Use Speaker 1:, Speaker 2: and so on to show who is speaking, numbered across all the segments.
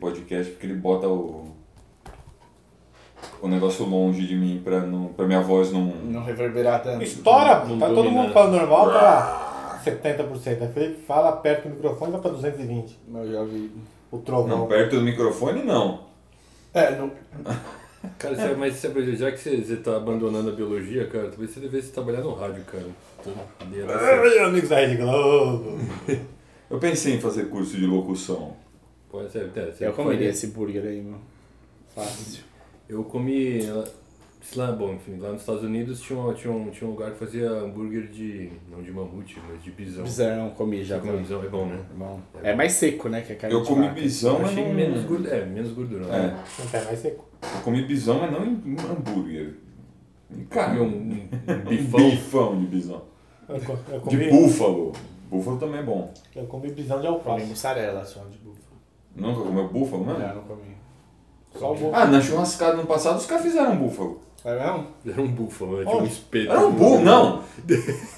Speaker 1: podcast porque ele bota o. O negócio longe de mim pra, não, pra minha voz não.
Speaker 2: Não reverberar tanto.
Speaker 3: Estoura, pô.
Speaker 2: Não
Speaker 3: Tá todo
Speaker 2: dominar.
Speaker 3: mundo falando normal, tá lá 70%. Aí Felipe fala perto do microfone, vai pra 220.
Speaker 2: Eu já vi.
Speaker 3: O trovão.
Speaker 1: Não, perto do microfone não.
Speaker 2: É, não.
Speaker 4: Cara, você- mas você aprendeu, já que você, você tá abandonando a biologia, cara, talvez você devesse trabalhar no rádio, cara. Doideira, assim.
Speaker 3: Ai, amigos da Rede Globo.
Speaker 1: Eu pensei em fazer curso de locução.
Speaker 4: Pode ser, é, você
Speaker 2: Eu
Speaker 4: faria.
Speaker 2: comeria esse burger aí, mano. Fácil.
Speaker 4: Eu comi. sei lá, bom, enfim, lá nos Estados Unidos tinha um, tinha, um, tinha um lugar que fazia hambúrguer de. não de mamute, mas de bisão.
Speaker 2: Bizarrão, Então. comi já.
Speaker 4: Você comeu
Speaker 2: também.
Speaker 4: bisão, é bom, né?
Speaker 2: Bom, é mais seco, né? Que a carne
Speaker 1: Eu
Speaker 2: de
Speaker 1: comi
Speaker 2: vaca.
Speaker 1: bisão, um-
Speaker 4: Eu
Speaker 1: mas
Speaker 4: achei
Speaker 1: não.
Speaker 4: menos gordura. É, menos gordura, né?
Speaker 1: É,
Speaker 3: Não tem mais seco.
Speaker 1: eu comi bisão, mas não em hambúrguer. Em
Speaker 4: Comeu
Speaker 1: carne.
Speaker 4: um, um
Speaker 1: É. Bifão.
Speaker 4: bifão.
Speaker 1: Bifão de bisão.
Speaker 3: Eu, co- eu
Speaker 1: De
Speaker 3: comi,
Speaker 1: búfalo. Búfalo também é bom.
Speaker 3: eu comi bisão de
Speaker 2: Comi
Speaker 3: alface.
Speaker 2: mussarela só de búfalo.
Speaker 1: Nunca comeu búfalo,
Speaker 2: Não,
Speaker 1: mano?
Speaker 2: não comi.
Speaker 3: Só o bolo.
Speaker 1: Ah, na churrascada no passado os caras fizeram búfalo.
Speaker 2: É mesmo?
Speaker 4: Era um búfalo, né? Tinha um espeto.
Speaker 1: Era um búfalo, não.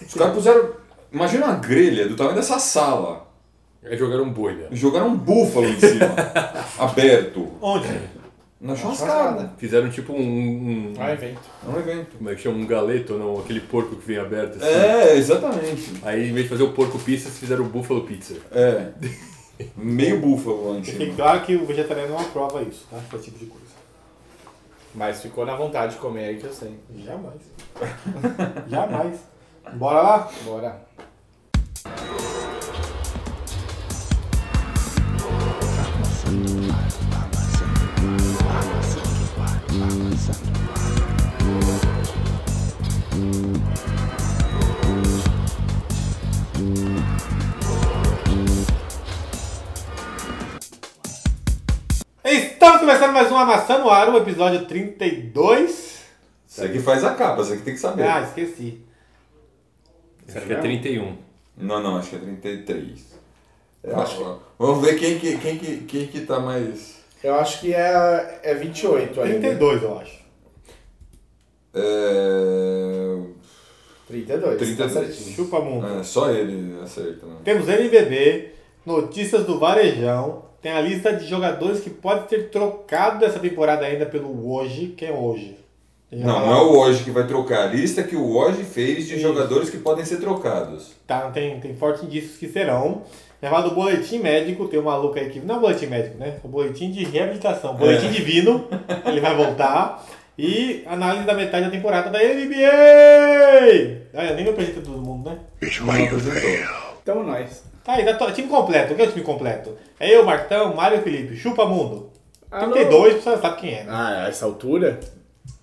Speaker 1: Os caras puseram. Imagina uma grelha do tamanho dessa sala.
Speaker 4: Aí jogaram um boi, né?
Speaker 1: E jogaram um búfalo em cima. aberto.
Speaker 3: Onde?
Speaker 1: Na churrascada.
Speaker 4: Fizeram tipo um. um
Speaker 2: Ah, evento.
Speaker 1: É um evento.
Speaker 4: como é que chama? Um galeto, não? Aquele porco que vem aberto assim.
Speaker 1: É, exatamente.
Speaker 4: Aí em vez de fazer o porco pizza, eles fizeram o búfalo pizza.
Speaker 1: É. Meio búfalo lá em
Speaker 3: Que Fique
Speaker 1: cima.
Speaker 3: claro que o vegetariano não aprova isso, tá? Esse tipo de coisa.
Speaker 2: Mas ficou na vontade de comer aí que eu sei.
Speaker 3: Jamais. Jamais. Bora lá?
Speaker 2: Bora.
Speaker 3: Estamos começando mais um Amaçã no Ar, o episódio 32.
Speaker 1: Isso aqui faz a capa, isso aqui tem que saber.
Speaker 3: Ah, esqueci.
Speaker 4: Acho que é 31.
Speaker 1: Não, não, acho que é 33. Eu acho que... Vamos ver quem que, quem que, quem que tá mais.
Speaker 2: Eu acho que é, é 28 ainda.
Speaker 3: 32, eu acho.
Speaker 1: É...
Speaker 2: 32.
Speaker 1: 32.
Speaker 2: Tá certinho.
Speaker 3: Chupa mundo.
Speaker 1: é, só ele acerta, né?
Speaker 3: Temos NBB, notícias do Varejão, tem a lista de jogadores que pode ser trocado dessa temporada ainda pelo hoje. Quem é hoje? Tem que
Speaker 1: Não,
Speaker 3: falar.
Speaker 1: não é o Woj que vai trocar. A lista que o Woj fez de
Speaker 3: Isso.
Speaker 1: jogadores que podem ser trocados.
Speaker 3: Tá, tem, tem fortes indícios que serão. Levado o boletim médico, tem um maluco aí que. Não é boletim médico, né? O boletim de reabilitação.
Speaker 1: É.
Speaker 3: Boletim divino, ele vai voltar. E análise da metade da temporada da NBA! Olha, nem apresenta todo mundo, né?
Speaker 1: Não apresentou.
Speaker 2: Então nós.
Speaker 3: Tá aí, tá to- time completo. O que é o time completo? É eu, Martão, Mário e Felipe. Chupa mundo. 32, você sabe quem é, né?
Speaker 2: Ah, a essa altura?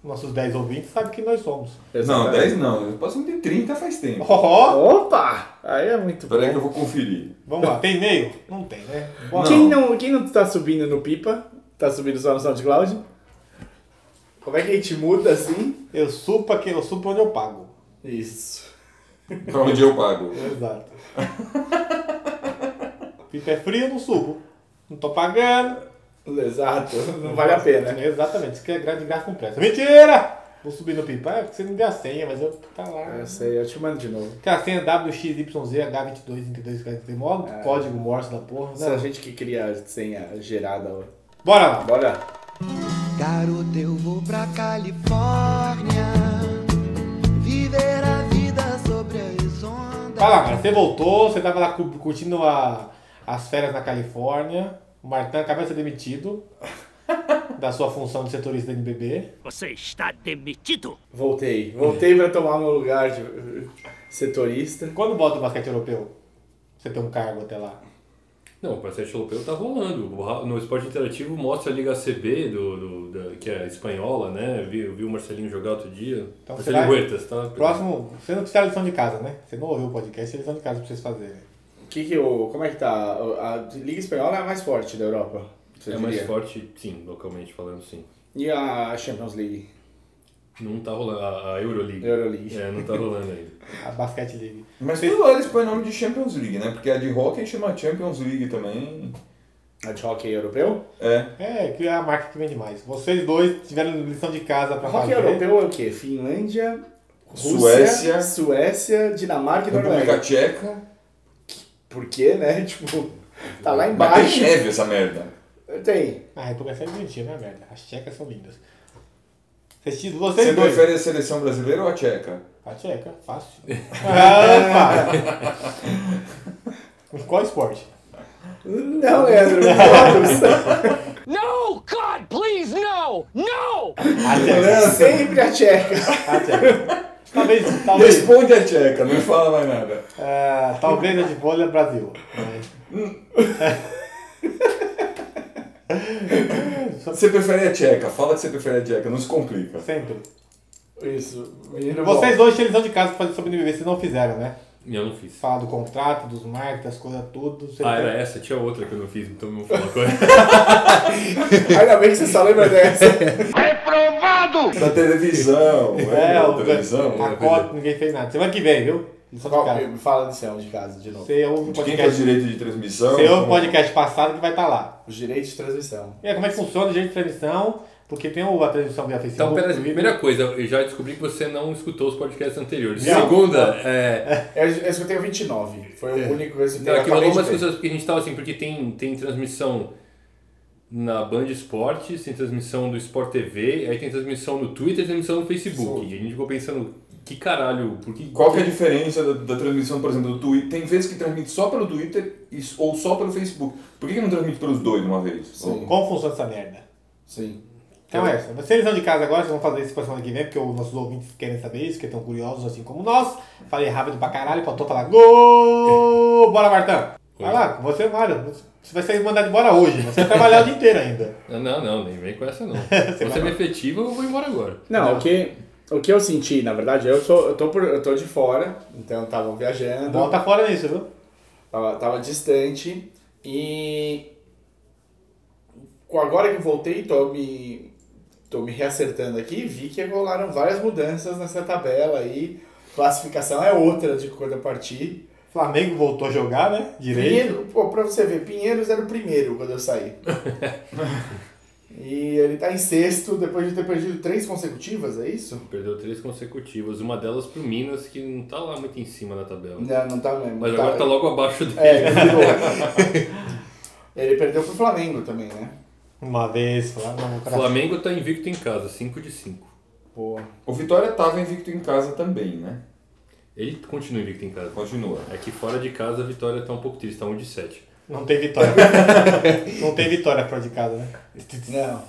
Speaker 3: Nossos 10 ouvintes sabem quem nós somos.
Speaker 1: Não, 10 não. Eu posso ter 30 faz tempo.
Speaker 3: Ó, ó,
Speaker 2: Opa! Aí é muito bom.
Speaker 1: Peraí que eu vou conferir.
Speaker 3: vamos lá. Tem e-mail? Não tem, né? Bora.
Speaker 1: Não.
Speaker 2: Quem, não, quem não tá subindo no Pipa? Tá subindo só no SoundCloud? Como é que a gente muda assim?
Speaker 3: Eu supo aqui, eu supo onde eu pago.
Speaker 2: Isso.
Speaker 1: Pra onde eu pago?
Speaker 3: Exato. Pipa é frio, eu não subo. Não tô pagando.
Speaker 2: Exato. Não vale a pena.
Speaker 3: Exatamente, isso que é gra- de graça com pressa. Mentira! Vou subir no pipa. É porque você não deu a senha, mas eu tá lá.
Speaker 2: É, Eu sei, eu te mando de novo.
Speaker 3: Que a senha WXYZH222243 modo, código Morse da porra.
Speaker 2: Essa
Speaker 3: Né?
Speaker 2: gente que cria É. a senha gerada. ó.
Speaker 3: Bora lá.
Speaker 2: Bora.
Speaker 5: Garoto, eu vou pra Califórnia viver a vida sobre as ondas.
Speaker 3: Fala, Mário, você voltou, você tava lá cu- curtindo a- as férias na Califórnia. O Martão acaba de ser demitido da sua função de setorista da NBB.
Speaker 6: Você está demitido.
Speaker 2: Voltei. Voltei pra tomar meu lugar de setorista.
Speaker 3: Quando volta o basquete europeu? Você tem um cargo até lá.
Speaker 4: Não, o processo europeu tá rolando. O ra- No esporte interativo mostra a Liga CB, do, do- da- que é espanhola, né? Vi, eu vi o Marcelinho jogar outro dia.
Speaker 3: Então você
Speaker 4: Marcelinho
Speaker 3: vai-
Speaker 4: Huertas, tá?
Speaker 3: Próximo, você não precisa de lição de casa, né? Você não ouviu o podcast, é lição de casa pra vocês fazerem.
Speaker 2: Que que o, como é que tá? A Liga Espanhola é a mais forte da Europa. você
Speaker 4: É mais
Speaker 2: diria.
Speaker 4: forte, sim, localmente falando, sim.
Speaker 2: E a Champions League?
Speaker 4: Não tá rolando. A, a Euroleague.
Speaker 2: Euroleague.
Speaker 4: É, não tá rolando ainda.
Speaker 3: A Basquete League.
Speaker 1: Mas tudo lá eles põem nome de Champions League, né? Porque a de hockey chama Champions League também.
Speaker 2: A de hockey europeu?
Speaker 1: É.
Speaker 3: É, que é a marca que vende mais. Vocês dois tiveram lição de casa pra
Speaker 2: hockey
Speaker 3: fazer.
Speaker 2: europeu é o quê? Finlândia, Rússia,
Speaker 1: Suécia.
Speaker 2: Suécia, Dinamarca e
Speaker 1: República
Speaker 2: Noruega.
Speaker 1: Tcheca.
Speaker 2: Por quê, né? Tipo, tá
Speaker 1: Mas
Speaker 2: lá
Speaker 1: tem
Speaker 2: embaixo.
Speaker 1: neve essa merda.
Speaker 2: Tem.
Speaker 3: A República é bonitinha, né, velho? As tchecas são lindas. Vocês, vocês
Speaker 1: Você
Speaker 3: dois.
Speaker 1: prefere a seleção brasileira ou a tcheca?
Speaker 3: A tcheca, é fácil. Ah, pá. Em Qual esporte?
Speaker 2: Não, Leandro, todos.
Speaker 6: No, God, please, no! No!
Speaker 3: A tcheca.
Speaker 2: Sempre a tcheca.
Speaker 3: A tcheca. Talvez, talvez,
Speaker 1: Responde a tcheca, não fala mais nada.
Speaker 3: ah, talvez a de vôlei é Brasil. né? Mas...
Speaker 1: Você prefere a tcheca, fala que você prefere a tcheca, não se complica.
Speaker 3: Sempre.
Speaker 2: Isso.
Speaker 4: Tá
Speaker 2: Menino
Speaker 3: Vocês
Speaker 2: bom.
Speaker 3: dois tinham lição de casa pra fazer sobreviver, vocês não fizeram, né?
Speaker 4: E eu não fiz.
Speaker 3: Fala do contrato, dos marcos, das coisas, tudo. Vocês
Speaker 4: Ah, era
Speaker 3: têm-
Speaker 4: essa? Tinha outra que eu não fiz, então não vou falar agora.
Speaker 2: Ainda bem que você só lembra dessa.
Speaker 6: Reprovado!
Speaker 1: Da televisão,
Speaker 3: É,
Speaker 1: da
Speaker 3: o
Speaker 1: televisão. né?
Speaker 3: pacote, ninguém fez nada. Semana que vem, viu? Lição de casa.
Speaker 2: Qual- Fala do céu de casa de novo.
Speaker 3: Você ouve o
Speaker 1: De quem é faz
Speaker 3: podcast,
Speaker 1: direito de transmissão?
Speaker 3: você ouve o podcast passado que vai estar lá.
Speaker 2: Os direitos de transmissão.
Speaker 3: E aí, como é que funciona o jeito de transmissão? Porque tem o- a transmissão via Facebook.
Speaker 4: Então, pera,
Speaker 3: Twitter.
Speaker 4: primeira coisa, eu já descobri que você não escutou os podcasts anteriores.
Speaker 3: Não.
Speaker 4: Segunda, é,
Speaker 2: Eu, eu escutei o 29. Foi o único que
Speaker 1: Então,
Speaker 2: eu escutei.
Speaker 1: é
Speaker 4: não, que
Speaker 2: eu acabei
Speaker 4: rolou
Speaker 2: de
Speaker 4: umas
Speaker 2: ver.
Speaker 4: coisas porque a gente tava assim, porque tem, tem transmissão na Band Esportes, tem transmissão do Sport TV, aí tem transmissão no Twitter e transmissão no Facebook. E a gente ficou pensando, que caralho, por que.
Speaker 1: Qual que é a diferença da, da transmissão, por exemplo, do Twitter? Tem vezes que transmite só pelo Twitter e- ou só pelo Facebook. Por que, que não transmite pelos dois de uma vez?
Speaker 2: Sim.
Speaker 3: Como funciona essa merda?
Speaker 2: Sim.
Speaker 3: Então é essa. Vocês estão de casa agora, vocês vão fazer isso pra semana que vem, porque os nossos ouvintes querem saber isso, porque estão curiosos assim como nós. Falei rápido pra caralho, faltou falar gol! Bora, Martão! Vai lá, com você, Mário. Você vai ser mandado embora hoje, mas você vai trabalhar o dia inteiro ainda.
Speaker 4: Ah, Não, não, nem vem com essa não. você é efetiva, eu vou embora agora.
Speaker 2: Não, O, que, o que eu senti, na verdade, eu, sou, eu, tô, por- eu tô de fora, então eu tava viajando.
Speaker 3: Bota fora nisso, viu?
Speaker 2: Tava, tava distante e com- agora que eu voltei, tô me, tô me reacertando aqui, vi que rolaram várias mudanças nessa tabela aí. Classificação é outra de quando eu parti.
Speaker 3: Flamengo voltou a jogar, né? Direito.
Speaker 2: Pinheiro, pô, pra você ver, Pinheiros era o primeiro quando eu saí. e ele tá em sexto depois de ter perdido três consecutivas, é isso?
Speaker 4: Perdeu três consecutivas, uma delas pro Minas, que não tá lá muito em cima na tabela.
Speaker 2: Não, não tá mesmo.
Speaker 4: Mas agora tá logo abaixo dele.
Speaker 2: É, ele virou. ele perdeu pro Flamengo também, né?
Speaker 3: Uma vez, Flamengo. cara.
Speaker 4: Flamengo tá invicto em casa, 5 de 5.
Speaker 2: Boa.
Speaker 1: O Vitória tava invicto em casa também, né?
Speaker 4: Ele continua invicto em casa.
Speaker 1: Continua.
Speaker 4: É que fora de casa a vitória tá um pouco triste, tá 1 de 7.
Speaker 3: Não tem vitória. Não tem vitória fora de casa, né?
Speaker 2: Não.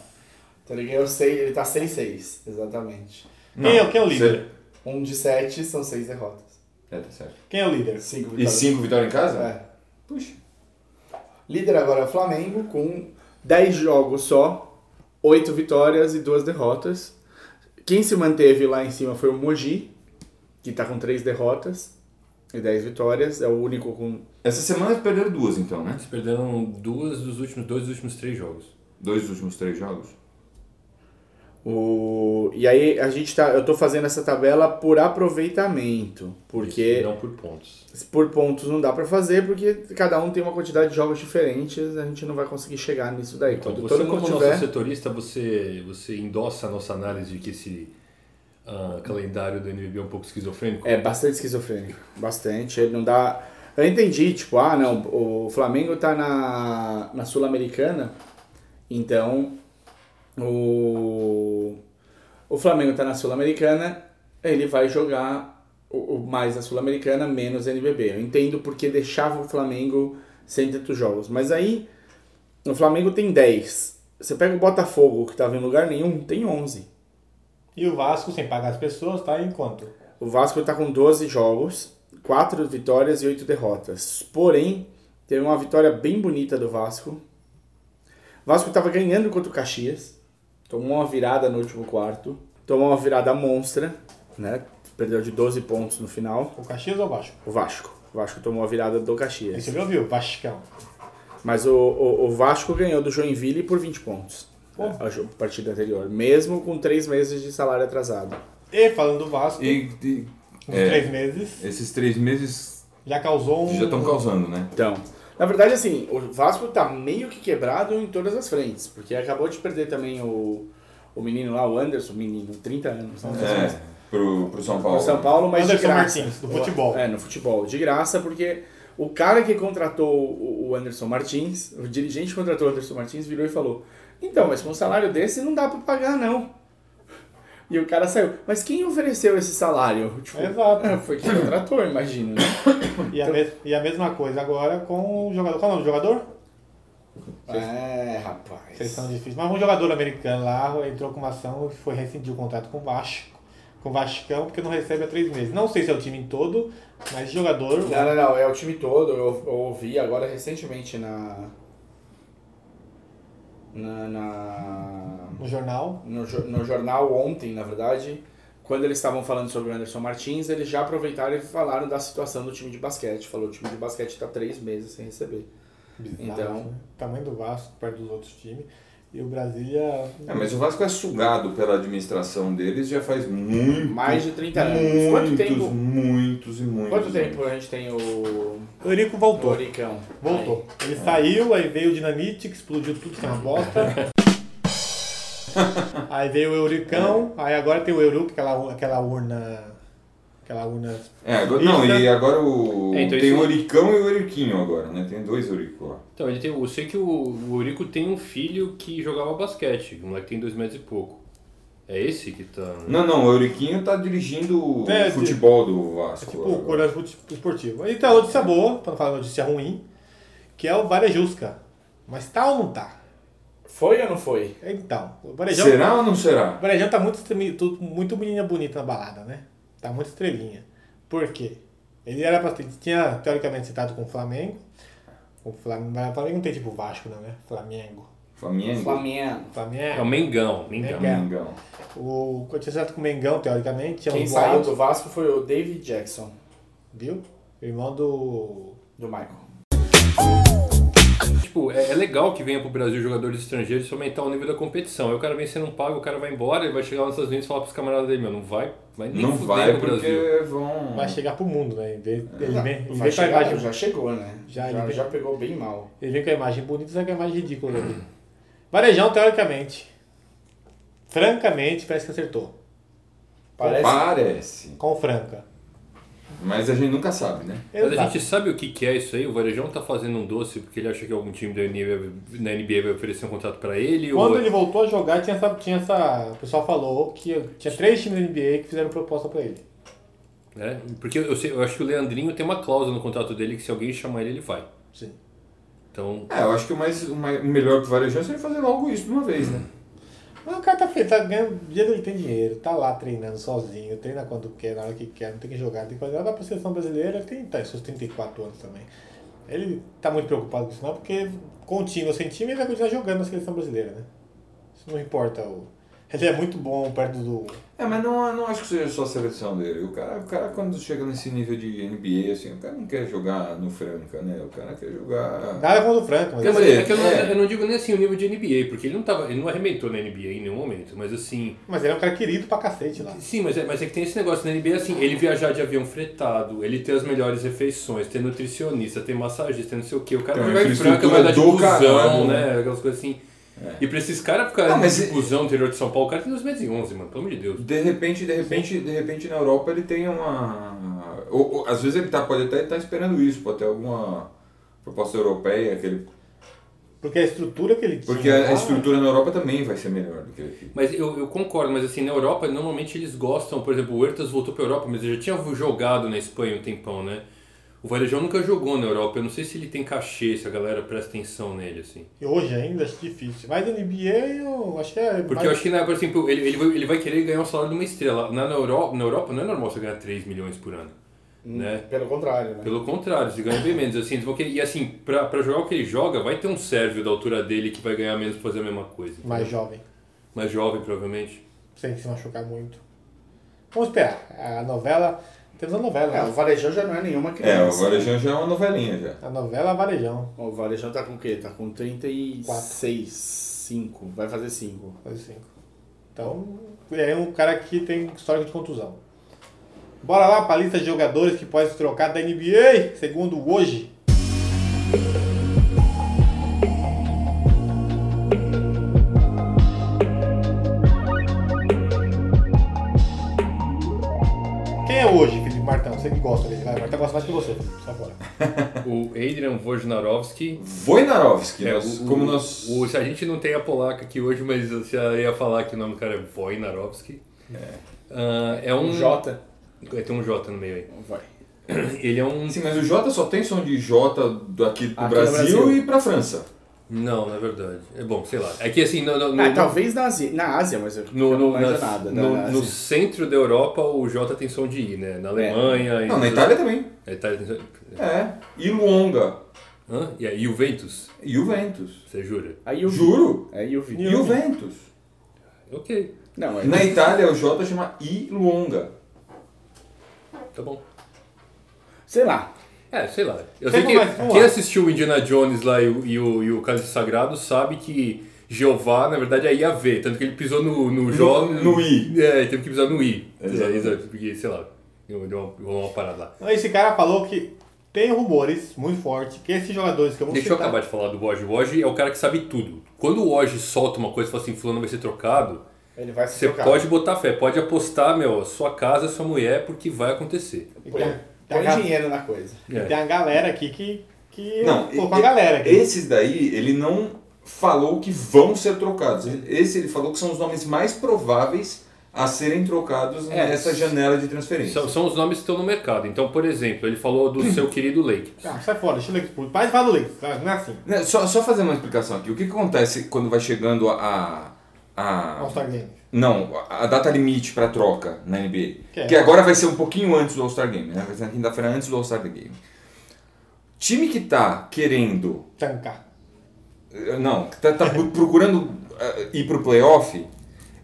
Speaker 2: Então ele ganhou 6, ele tá 6-6, exatamente.
Speaker 3: Quem é, quem é o líder?
Speaker 2: Um de 7 são 6 derrotas.
Speaker 1: É, tá certo.
Speaker 3: Quem é o líder?
Speaker 2: 5
Speaker 1: E
Speaker 2: vitórias.
Speaker 1: cinco vitórias em casa?
Speaker 2: É.
Speaker 1: Puxa.
Speaker 2: Líder agora é o Flamengo, com 10 jogos só, 8 vitórias e 2 derrotas. Quem se manteve lá em cima foi o Mogi, que tá com 3 derrotas e 10 vitórias. É o único com.
Speaker 1: Essa semana eles perderam duas, então, né?
Speaker 4: Eles perderam duas dos últimos, dois dos últimos três jogos.
Speaker 1: Dois dos últimos três jogos.
Speaker 2: O... E aí a gente tá. Eu tô fazendo essa tabela por aproveitamento. Porque.
Speaker 4: Isso, Não por pontos.
Speaker 2: por pontos não dá pra fazer, porque cada um tem uma quantidade de jogos diferentes, a gente não vai conseguir chegar nisso daí.
Speaker 4: Então,
Speaker 2: Quando
Speaker 4: você
Speaker 2: todo
Speaker 4: como
Speaker 2: mundo
Speaker 4: nosso
Speaker 2: tiver,
Speaker 4: setorista, você, você endossa a nossa análise de que esse ah, calendário do NBB é um pouco esquizofrênico?
Speaker 2: é bastante esquizofrênico, bastante, ele não dá... Eu entendi, tipo, ah, não, o Flamengo tá na, na Sul-Americana, então o, o Flamengo tá na Sul-Americana, ele vai jogar o, o mais a Sul-Americana, menos NBB. Eu entendo porque deixava o Flamengo sem tantos jogos, mas aí... O Flamengo tem 10. Você pega o Botafogo, que tava em lugar nenhum, tem 11.
Speaker 3: E o Vasco, sem pagar as pessoas, tá em quanto?
Speaker 2: O Vasco tá com 12 jogos, 4 vitórias e 8 derrotas. Porém, teve uma vitória bem bonita do Vasco. O Vasco tava ganhando contra o Caxias. Tomou uma virada no último quarto. Tomou uma virada monstra, né? Perdeu de 12 pontos no final.
Speaker 3: O Caxias ou o Vasco?
Speaker 2: O Vasco. O Vasco tomou a virada do Caxias.
Speaker 3: Isso me ouviu, Vascão.
Speaker 2: Mas o, o, o Vasco ganhou do Joinville por 20 pontos. né, A jo- partida anterior. Mesmo com 3 meses de salário atrasado.
Speaker 3: E falando do Vasco,
Speaker 1: E, e-
Speaker 3: uns
Speaker 1: é,
Speaker 3: três meses,
Speaker 1: esses três meses
Speaker 3: já causou um.
Speaker 1: já estão causando, né?
Speaker 2: Então, na verdade, assim, o Vasco tá meio que quebrado em todas as frentes. Porque acabou de perder também o, o menino lá, o Anderson, menino, 30 anos. Né?
Speaker 1: É, pro, pro São Paulo.
Speaker 2: Pro São Paulo, mas de
Speaker 3: Anderson
Speaker 2: graça.
Speaker 3: Martins, do futebol.
Speaker 2: É, no futebol. De graça, porque O cara que contratou o o Anderson Martins, o dirigente que contratou o Anderson Martins, virou e falou: Então, mas com um salário desse não dá pra pagar, não. E o cara saiu. Mas quem ofereceu esse salário? Tipo,
Speaker 3: Exato.
Speaker 2: foi quem contratou, imagino. né?
Speaker 3: E a, mes- e a mesma coisa agora com o jogador. Qual é o nome do jogador?
Speaker 2: É,
Speaker 3: Vocês são
Speaker 2: rapaz.
Speaker 3: difíceis. Mas um jogador americano lá entrou com uma ação e foi rescindir o contrato com o Vasco. Com o Vascão, porque não recebe há três meses. Não sei se é o time todo, mas jogador.
Speaker 2: Não, não, não. É o time todo. Eu, eu ouvi agora recentemente na. Na. na
Speaker 3: No jornal.
Speaker 2: no, jo- no jornal ontem, na verdade, quando eles estavam falando sobre o Anderson Martins, eles já aproveitaram e falaram da situação do time de basquete. Falou, o time de basquete está três meses sem receber.
Speaker 3: Bizarro,
Speaker 2: Então.
Speaker 3: né? Tamanho do Vasco, perto dos outros times. E o Brasília.
Speaker 1: É, mas o Vasco é sugado pela administração deles já faz muito,
Speaker 2: Mais de 30 anos. Quanto
Speaker 1: muitos,
Speaker 2: tempo,
Speaker 1: muitos e muitos.
Speaker 2: quanto tempo
Speaker 1: anos.
Speaker 2: a gente tem o
Speaker 3: O Eurico voltou.
Speaker 2: Toricão?
Speaker 3: Voltou. Ele saiu, aí veio o Dinamite, que explodiu tudo, que é uma bosta. aí veio o Euricão, aí agora tem o Eurico, é aquela, u- aquela urna. Aquela urna.
Speaker 1: É, agora, não,
Speaker 3: Isso, né?
Speaker 1: e agora o.
Speaker 4: É, então
Speaker 1: tem
Speaker 4: isso-
Speaker 1: o Oricão e o Oriquinho agora, né? Tem dois Oricos lá.
Speaker 3: Hum.
Speaker 4: Então, ele tem, eu sei que o, o Eurico tem um filho que jogava basquete. O moleque tem dois metros e pouco. É esse que tá.
Speaker 1: Não, não, o Euriquinho tá dirigindo
Speaker 3: É,
Speaker 1: o futebol do
Speaker 3: É
Speaker 1: Vasco.
Speaker 3: tipo
Speaker 1: agora.
Speaker 3: o Corante Esportivo. E tem a notícia boa, pra não falar notícia ruim, que é o Varejusca. Mas tá ou não tá?
Speaker 2: Foi ou não foi?
Speaker 3: Então, o Varejão.
Speaker 1: Será ou não
Speaker 3: O
Speaker 1: será?
Speaker 3: Varejão tá muito, estremi- tu- muito menina bonita na balada, né? Tá muito estrelinha. Por quê? Ele era pra ter, tinha teoricamente citado com o Flamengo. O Flamengo, mas o Flamengo não tem tipo Vasco, não, né? Flamengo.
Speaker 1: Flamengo?
Speaker 2: Flamengo.
Speaker 4: É o
Speaker 3: Flamengo.
Speaker 4: Mengão, Mengão.
Speaker 2: É.
Speaker 3: Mengão.
Speaker 1: Mengão.
Speaker 3: O quando tinha citado com o Mengão, teoricamente, é um
Speaker 2: Quem saiu
Speaker 3: boato,
Speaker 2: do Vasco foi o David Jackson,
Speaker 3: viu? Irmão do.
Speaker 2: do Michael.
Speaker 4: Tipo, é, é legal que venha pro Brasil jogadores estrangeiros pra aumentar o nível da competição. Aí o cara vem sendo pago, o cara vai embora, ele vai chegar lá nos Estados Unidos e falar pros camaradas dele, meu, não vai, vai nem
Speaker 1: Não
Speaker 4: fuder
Speaker 1: vai
Speaker 4: pro
Speaker 1: porque
Speaker 4: Brasil.
Speaker 1: vão.
Speaker 3: Vai chegar pro mundo, né? Ele vem, ele
Speaker 2: Tá,
Speaker 3: vem, ele
Speaker 2: vai
Speaker 3: vem com a
Speaker 2: chegar,
Speaker 3: imagem.
Speaker 2: já chegou, né?
Speaker 3: Já,
Speaker 2: já,
Speaker 3: ele-
Speaker 2: já pegou bem mal.
Speaker 3: Ele vem com a imagem bonita, só que a imagem ridícula dele. Varejão, teoricamente. Francamente, parece que acertou.
Speaker 2: Parece
Speaker 1: Parece.
Speaker 3: Com o Franca.
Speaker 1: Mas a gente nunca sabe, né?
Speaker 4: Mas a
Speaker 3: Exato.
Speaker 4: gente sabe o que, que é isso aí? O Varejão tá fazendo um doce porque ele acha que algum time da NBA, na NBA vai oferecer um contrato pra ele?
Speaker 3: Quando
Speaker 4: ou... é,
Speaker 3: ele voltou a jogar, tinha essa, tinha essa. O pessoal falou que tinha três times da NBA que fizeram proposta pra ele.
Speaker 4: É, porque eu, sei, eu acho que o Leandrinho tem uma cláusula no contrato dele que se alguém chamar ele, ele vai.
Speaker 3: Sim.
Speaker 4: Então,
Speaker 1: É, eu acho que o, mais, o mais- o melhor pro Varejão seria é fazer logo isso de uma vez,
Speaker 3: Hum.
Speaker 1: né?
Speaker 3: Mas o cara tá feito, tá ganhando dinheiro, ele tem dinheiro, tá lá treinando sozinho, treina quando quer, na hora que quer, não tem que jogar, não tem que fazer. Ela vai pra seleção brasileira, ele tem tá, seus 34 anos também. Ele tá muito preocupado com isso, não, porque com time ou sem time, ele vai continuar jogando na seleção brasileira, né? Isso não importa. O... Ele é muito bom perto do.
Speaker 1: É, mas não, não acho que seja só a seleção dele. O cara, o cara, quando chega nesse nível de NBA, assim, o cara não quer jogar no Franca, né? O cara quer jogar.
Speaker 3: Nada contra o Franco, mas.
Speaker 1: Quer
Speaker 4: Mas
Speaker 1: dizer,
Speaker 4: é que eu, não,
Speaker 1: é.
Speaker 4: eu não digo nem assim o nível de NBA, porque ele não, tava, ele não arrebentou na NBA em nenhum momento, mas assim.
Speaker 3: Mas ele é um cara querido pra cacete lá.
Speaker 4: Sim, mas é, mas é que tem esse negócio na NBA assim, ele viajar de avião fretado, ele ter as melhores refeições, ter nutricionista, ter massagista, não sei o que, o cara
Speaker 1: Tem
Speaker 4: vai
Speaker 1: uma
Speaker 4: jogar em franca, vai
Speaker 1: infraestrutura
Speaker 4: dar de
Speaker 1: do
Speaker 4: busão,
Speaker 1: caralho, É.
Speaker 4: né? Aquelas coisas assim. E pra esses caras ficarem
Speaker 1: Não, mas
Speaker 4: de
Speaker 1: é-
Speaker 4: busão no interior de São Paulo, o cara tem 211, mano, pelo amor de Deus.
Speaker 1: De repente, de repente, de repente na Europa ele tem uma. Ou, ou, às vezes ele tá, pode até estar esperando isso, pode ter alguma proposta europeia. Que ele...
Speaker 3: Porque a estrutura que ele tinha.
Speaker 1: Porque a,
Speaker 3: lá,
Speaker 1: a estrutura na Europa também vai ser melhor do que aqui.
Speaker 4: Mas eu, eu concordo, mas assim, na Europa, normalmente eles gostam, por exemplo, o Huertas voltou pra Europa, mas ele já tinha jogado na Espanha um tempão, né? O Varejão nunca jogou na Europa, eu não sei se ele tem cachê, se a galera presta atenção nele, assim.
Speaker 3: E hoje ainda acho difícil. Mas na NBA eu acho que é.
Speaker 4: Porque
Speaker 3: mais-
Speaker 4: eu acho que, na, por exemplo, ele, ele, vai, ele vai querer ganhar o salário de uma estrela. Na, na, Europa, na Europa não é normal você ganhar 3 milhões por ano, né?
Speaker 2: Pelo contrário, né?
Speaker 4: Pelo contrário, você ganha bem menos. Assim, eles vão querer- e assim, pra, pra jogar o que ele joga, vai ter um sérvio da altura dele que vai ganhar menos pra fazer a mesma coisa.
Speaker 3: mais jovem.
Speaker 4: Mais jovem, provavelmente.
Speaker 3: sem se machucar muito. Vamos esperar. A novela. Temos a novela. né?
Speaker 2: É, o Varejão já não é nenhuma
Speaker 1: É, o
Speaker 2: criança.
Speaker 1: Varejão já é uma novelinha já.
Speaker 3: A novela Varejão.
Speaker 2: O Varejão tá com o quê? Tá com 36, 5. Vai fazer 5.
Speaker 3: fase cinco. Então, ele é um cara que tem histórico de contusão. Bora lá para a lista de jogadores que podem se trocar da NBA, segundo hoje. Quem é hoje, Felipe Martão? Você que gosta dele. Vai, Martão gosta mais que você. Sai fora.
Speaker 4: o Adrian Wojnarowski.
Speaker 1: Wojnarowski,
Speaker 4: É,
Speaker 1: nós-
Speaker 4: o-
Speaker 1: como
Speaker 4: o-
Speaker 1: nós...
Speaker 4: o- se a gente não tem a polaca aqui hoje, mas eu já ia falar que o nome do cara é Wojnarowski. Ah, É, um.
Speaker 2: Um J.
Speaker 4: É, Tem um J no meio aí.
Speaker 2: Vai.
Speaker 4: Ele é um.
Speaker 1: Sim, mas o Jota só tem som de Jota daqui do
Speaker 2: Aqui no
Speaker 1: Brasil,
Speaker 2: Brasil.
Speaker 1: e pra França.
Speaker 4: Não, na verdade. É bom, sei lá. É que assim, no, no, no,
Speaker 2: Ah, talvez na Ásia, na Ásia mas eu
Speaker 4: no,
Speaker 2: não
Speaker 4: no,
Speaker 2: manja
Speaker 4: nas-
Speaker 2: nada. né,
Speaker 4: no-
Speaker 2: na Ásia.
Speaker 4: no centro da Europa o J tem som de I, né? Na Alemanha. e-
Speaker 1: Não, na Itália também.
Speaker 4: A Itália tem som.
Speaker 1: É. E Luonga.
Speaker 4: Hã? E aí, Juventus?
Speaker 1: E Juventus.
Speaker 4: Você jura?
Speaker 2: Aí eu vi.
Speaker 1: Juro.
Speaker 2: Aí eu vi.
Speaker 1: E Juventus.
Speaker 4: Ok,
Speaker 2: Não, é.
Speaker 1: Na Itália o Jota chama I Luonga.
Speaker 4: tá bom.
Speaker 2: Sei lá.
Speaker 4: É, sei lá. Eu
Speaker 3: Tem
Speaker 4: sei que
Speaker 3: mais, vamos
Speaker 4: quem
Speaker 3: lá.
Speaker 4: assistiu o Indiana Jones lá e o, e o, e o Cálice Sagrado sabe que Jeová, na verdade, é Iavé. Tanto que ele pisou no, no, Jó.
Speaker 1: no I.
Speaker 4: É, teve que pisar no I.
Speaker 1: Exatamente.
Speaker 4: É, exato, porque, sei lá, deu deu uma, deu uma parada lá.
Speaker 3: Então, Esse cara falou que tem rumores muito fortes que esses jogadores que eu vou
Speaker 4: Deixa eu
Speaker 3: citar-
Speaker 4: acabar de falar do Oji. O Oji é o cara que sabe tudo. Quando o Oji solta uma coisa e fala assim, fulano vai ser trocado,
Speaker 2: Ele vai se
Speaker 4: você
Speaker 2: trocar.
Speaker 4: pode botar fé, pode apostar, meu, a sua casa, a sua mulher, porque vai acontecer.
Speaker 3: E
Speaker 2: Põe,
Speaker 3: Tem, tem, a,
Speaker 2: põe
Speaker 3: ga-
Speaker 2: dinheiro na coisa.
Speaker 4: É.
Speaker 3: tem a galera aqui que. que
Speaker 1: Não, e-
Speaker 3: colocou a galera aqui.
Speaker 1: Esses daí, ele não falou que vão ser trocados. Esse ele falou que são os nomes mais prováveis a serem trocados
Speaker 2: É.
Speaker 1: nessa janela de transferência.
Speaker 4: São, são os nomes que estão no mercado. Então, por exemplo, ele falou do seu querido Lake.
Speaker 3: Ah, sai fora, deixa o Lex puto. Para de falar do Lex, tá? não é assim.
Speaker 1: Né, Só, só fazer uma explicação aqui. O que, que acontece quando vai chegando a. a,
Speaker 3: All-Star Game.
Speaker 1: não, a a data limite para troca na NBA.
Speaker 3: Que é.
Speaker 1: Que agora vai ser um pouquinho antes do All-Star Game, né? Vai ser na quinta-feira antes do All-Star Game. Time que tá querendo
Speaker 3: Tancar.
Speaker 1: não, que tá, tá bu- procurando eh, ir pro playoff,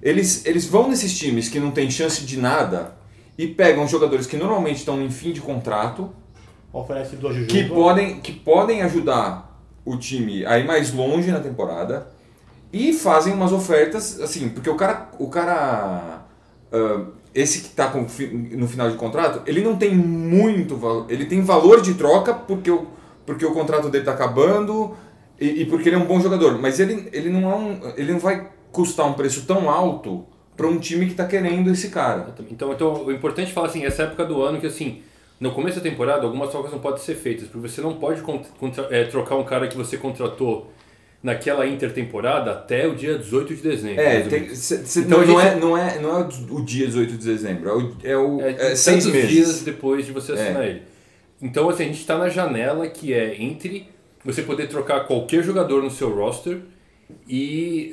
Speaker 1: eles, eles vão nesses times que não tem chance de nada e pegam jogadores que normalmente estão em fim de contrato,
Speaker 3: Oferece do Juju.
Speaker 1: que podem, que podem ajudar o time a ir mais longe na temporada e fazem umas ofertas, assim, porque o cara, o cara ah, esse que tá com fi- no final de contrato, ele não tem muito valor, ele tem valor de troca porque o, porque o contrato dele tá acabando e, e porque ele é um bom jogador, mas ele, ele não é um, ele não vai custar um preço tão alto para um time que tá querendo esse cara.
Speaker 4: Então, então, o importante é falar assim, essa época do ano que assim, no começo da temporada, algumas trocas não podem ser feitas, porque você não pode con- contra- eh, trocar um cara que você contratou naquela intertemporada até o dia 18 de dezembro.
Speaker 1: É,
Speaker 4: mais ou
Speaker 1: tem,
Speaker 4: menos.
Speaker 1: cê- cê- não,
Speaker 4: Então a
Speaker 1: não,
Speaker 4: gente-
Speaker 1: é, não, é, não é o- o dia 18 de dezembro, é, o- é o,
Speaker 4: É,
Speaker 1: é
Speaker 4: tantos
Speaker 1: seis meses.
Speaker 4: dias depois de você
Speaker 1: É.
Speaker 4: assinar ele. Então, assim, a gente está na janela que é entre você poder trocar qualquer jogador no seu roster e,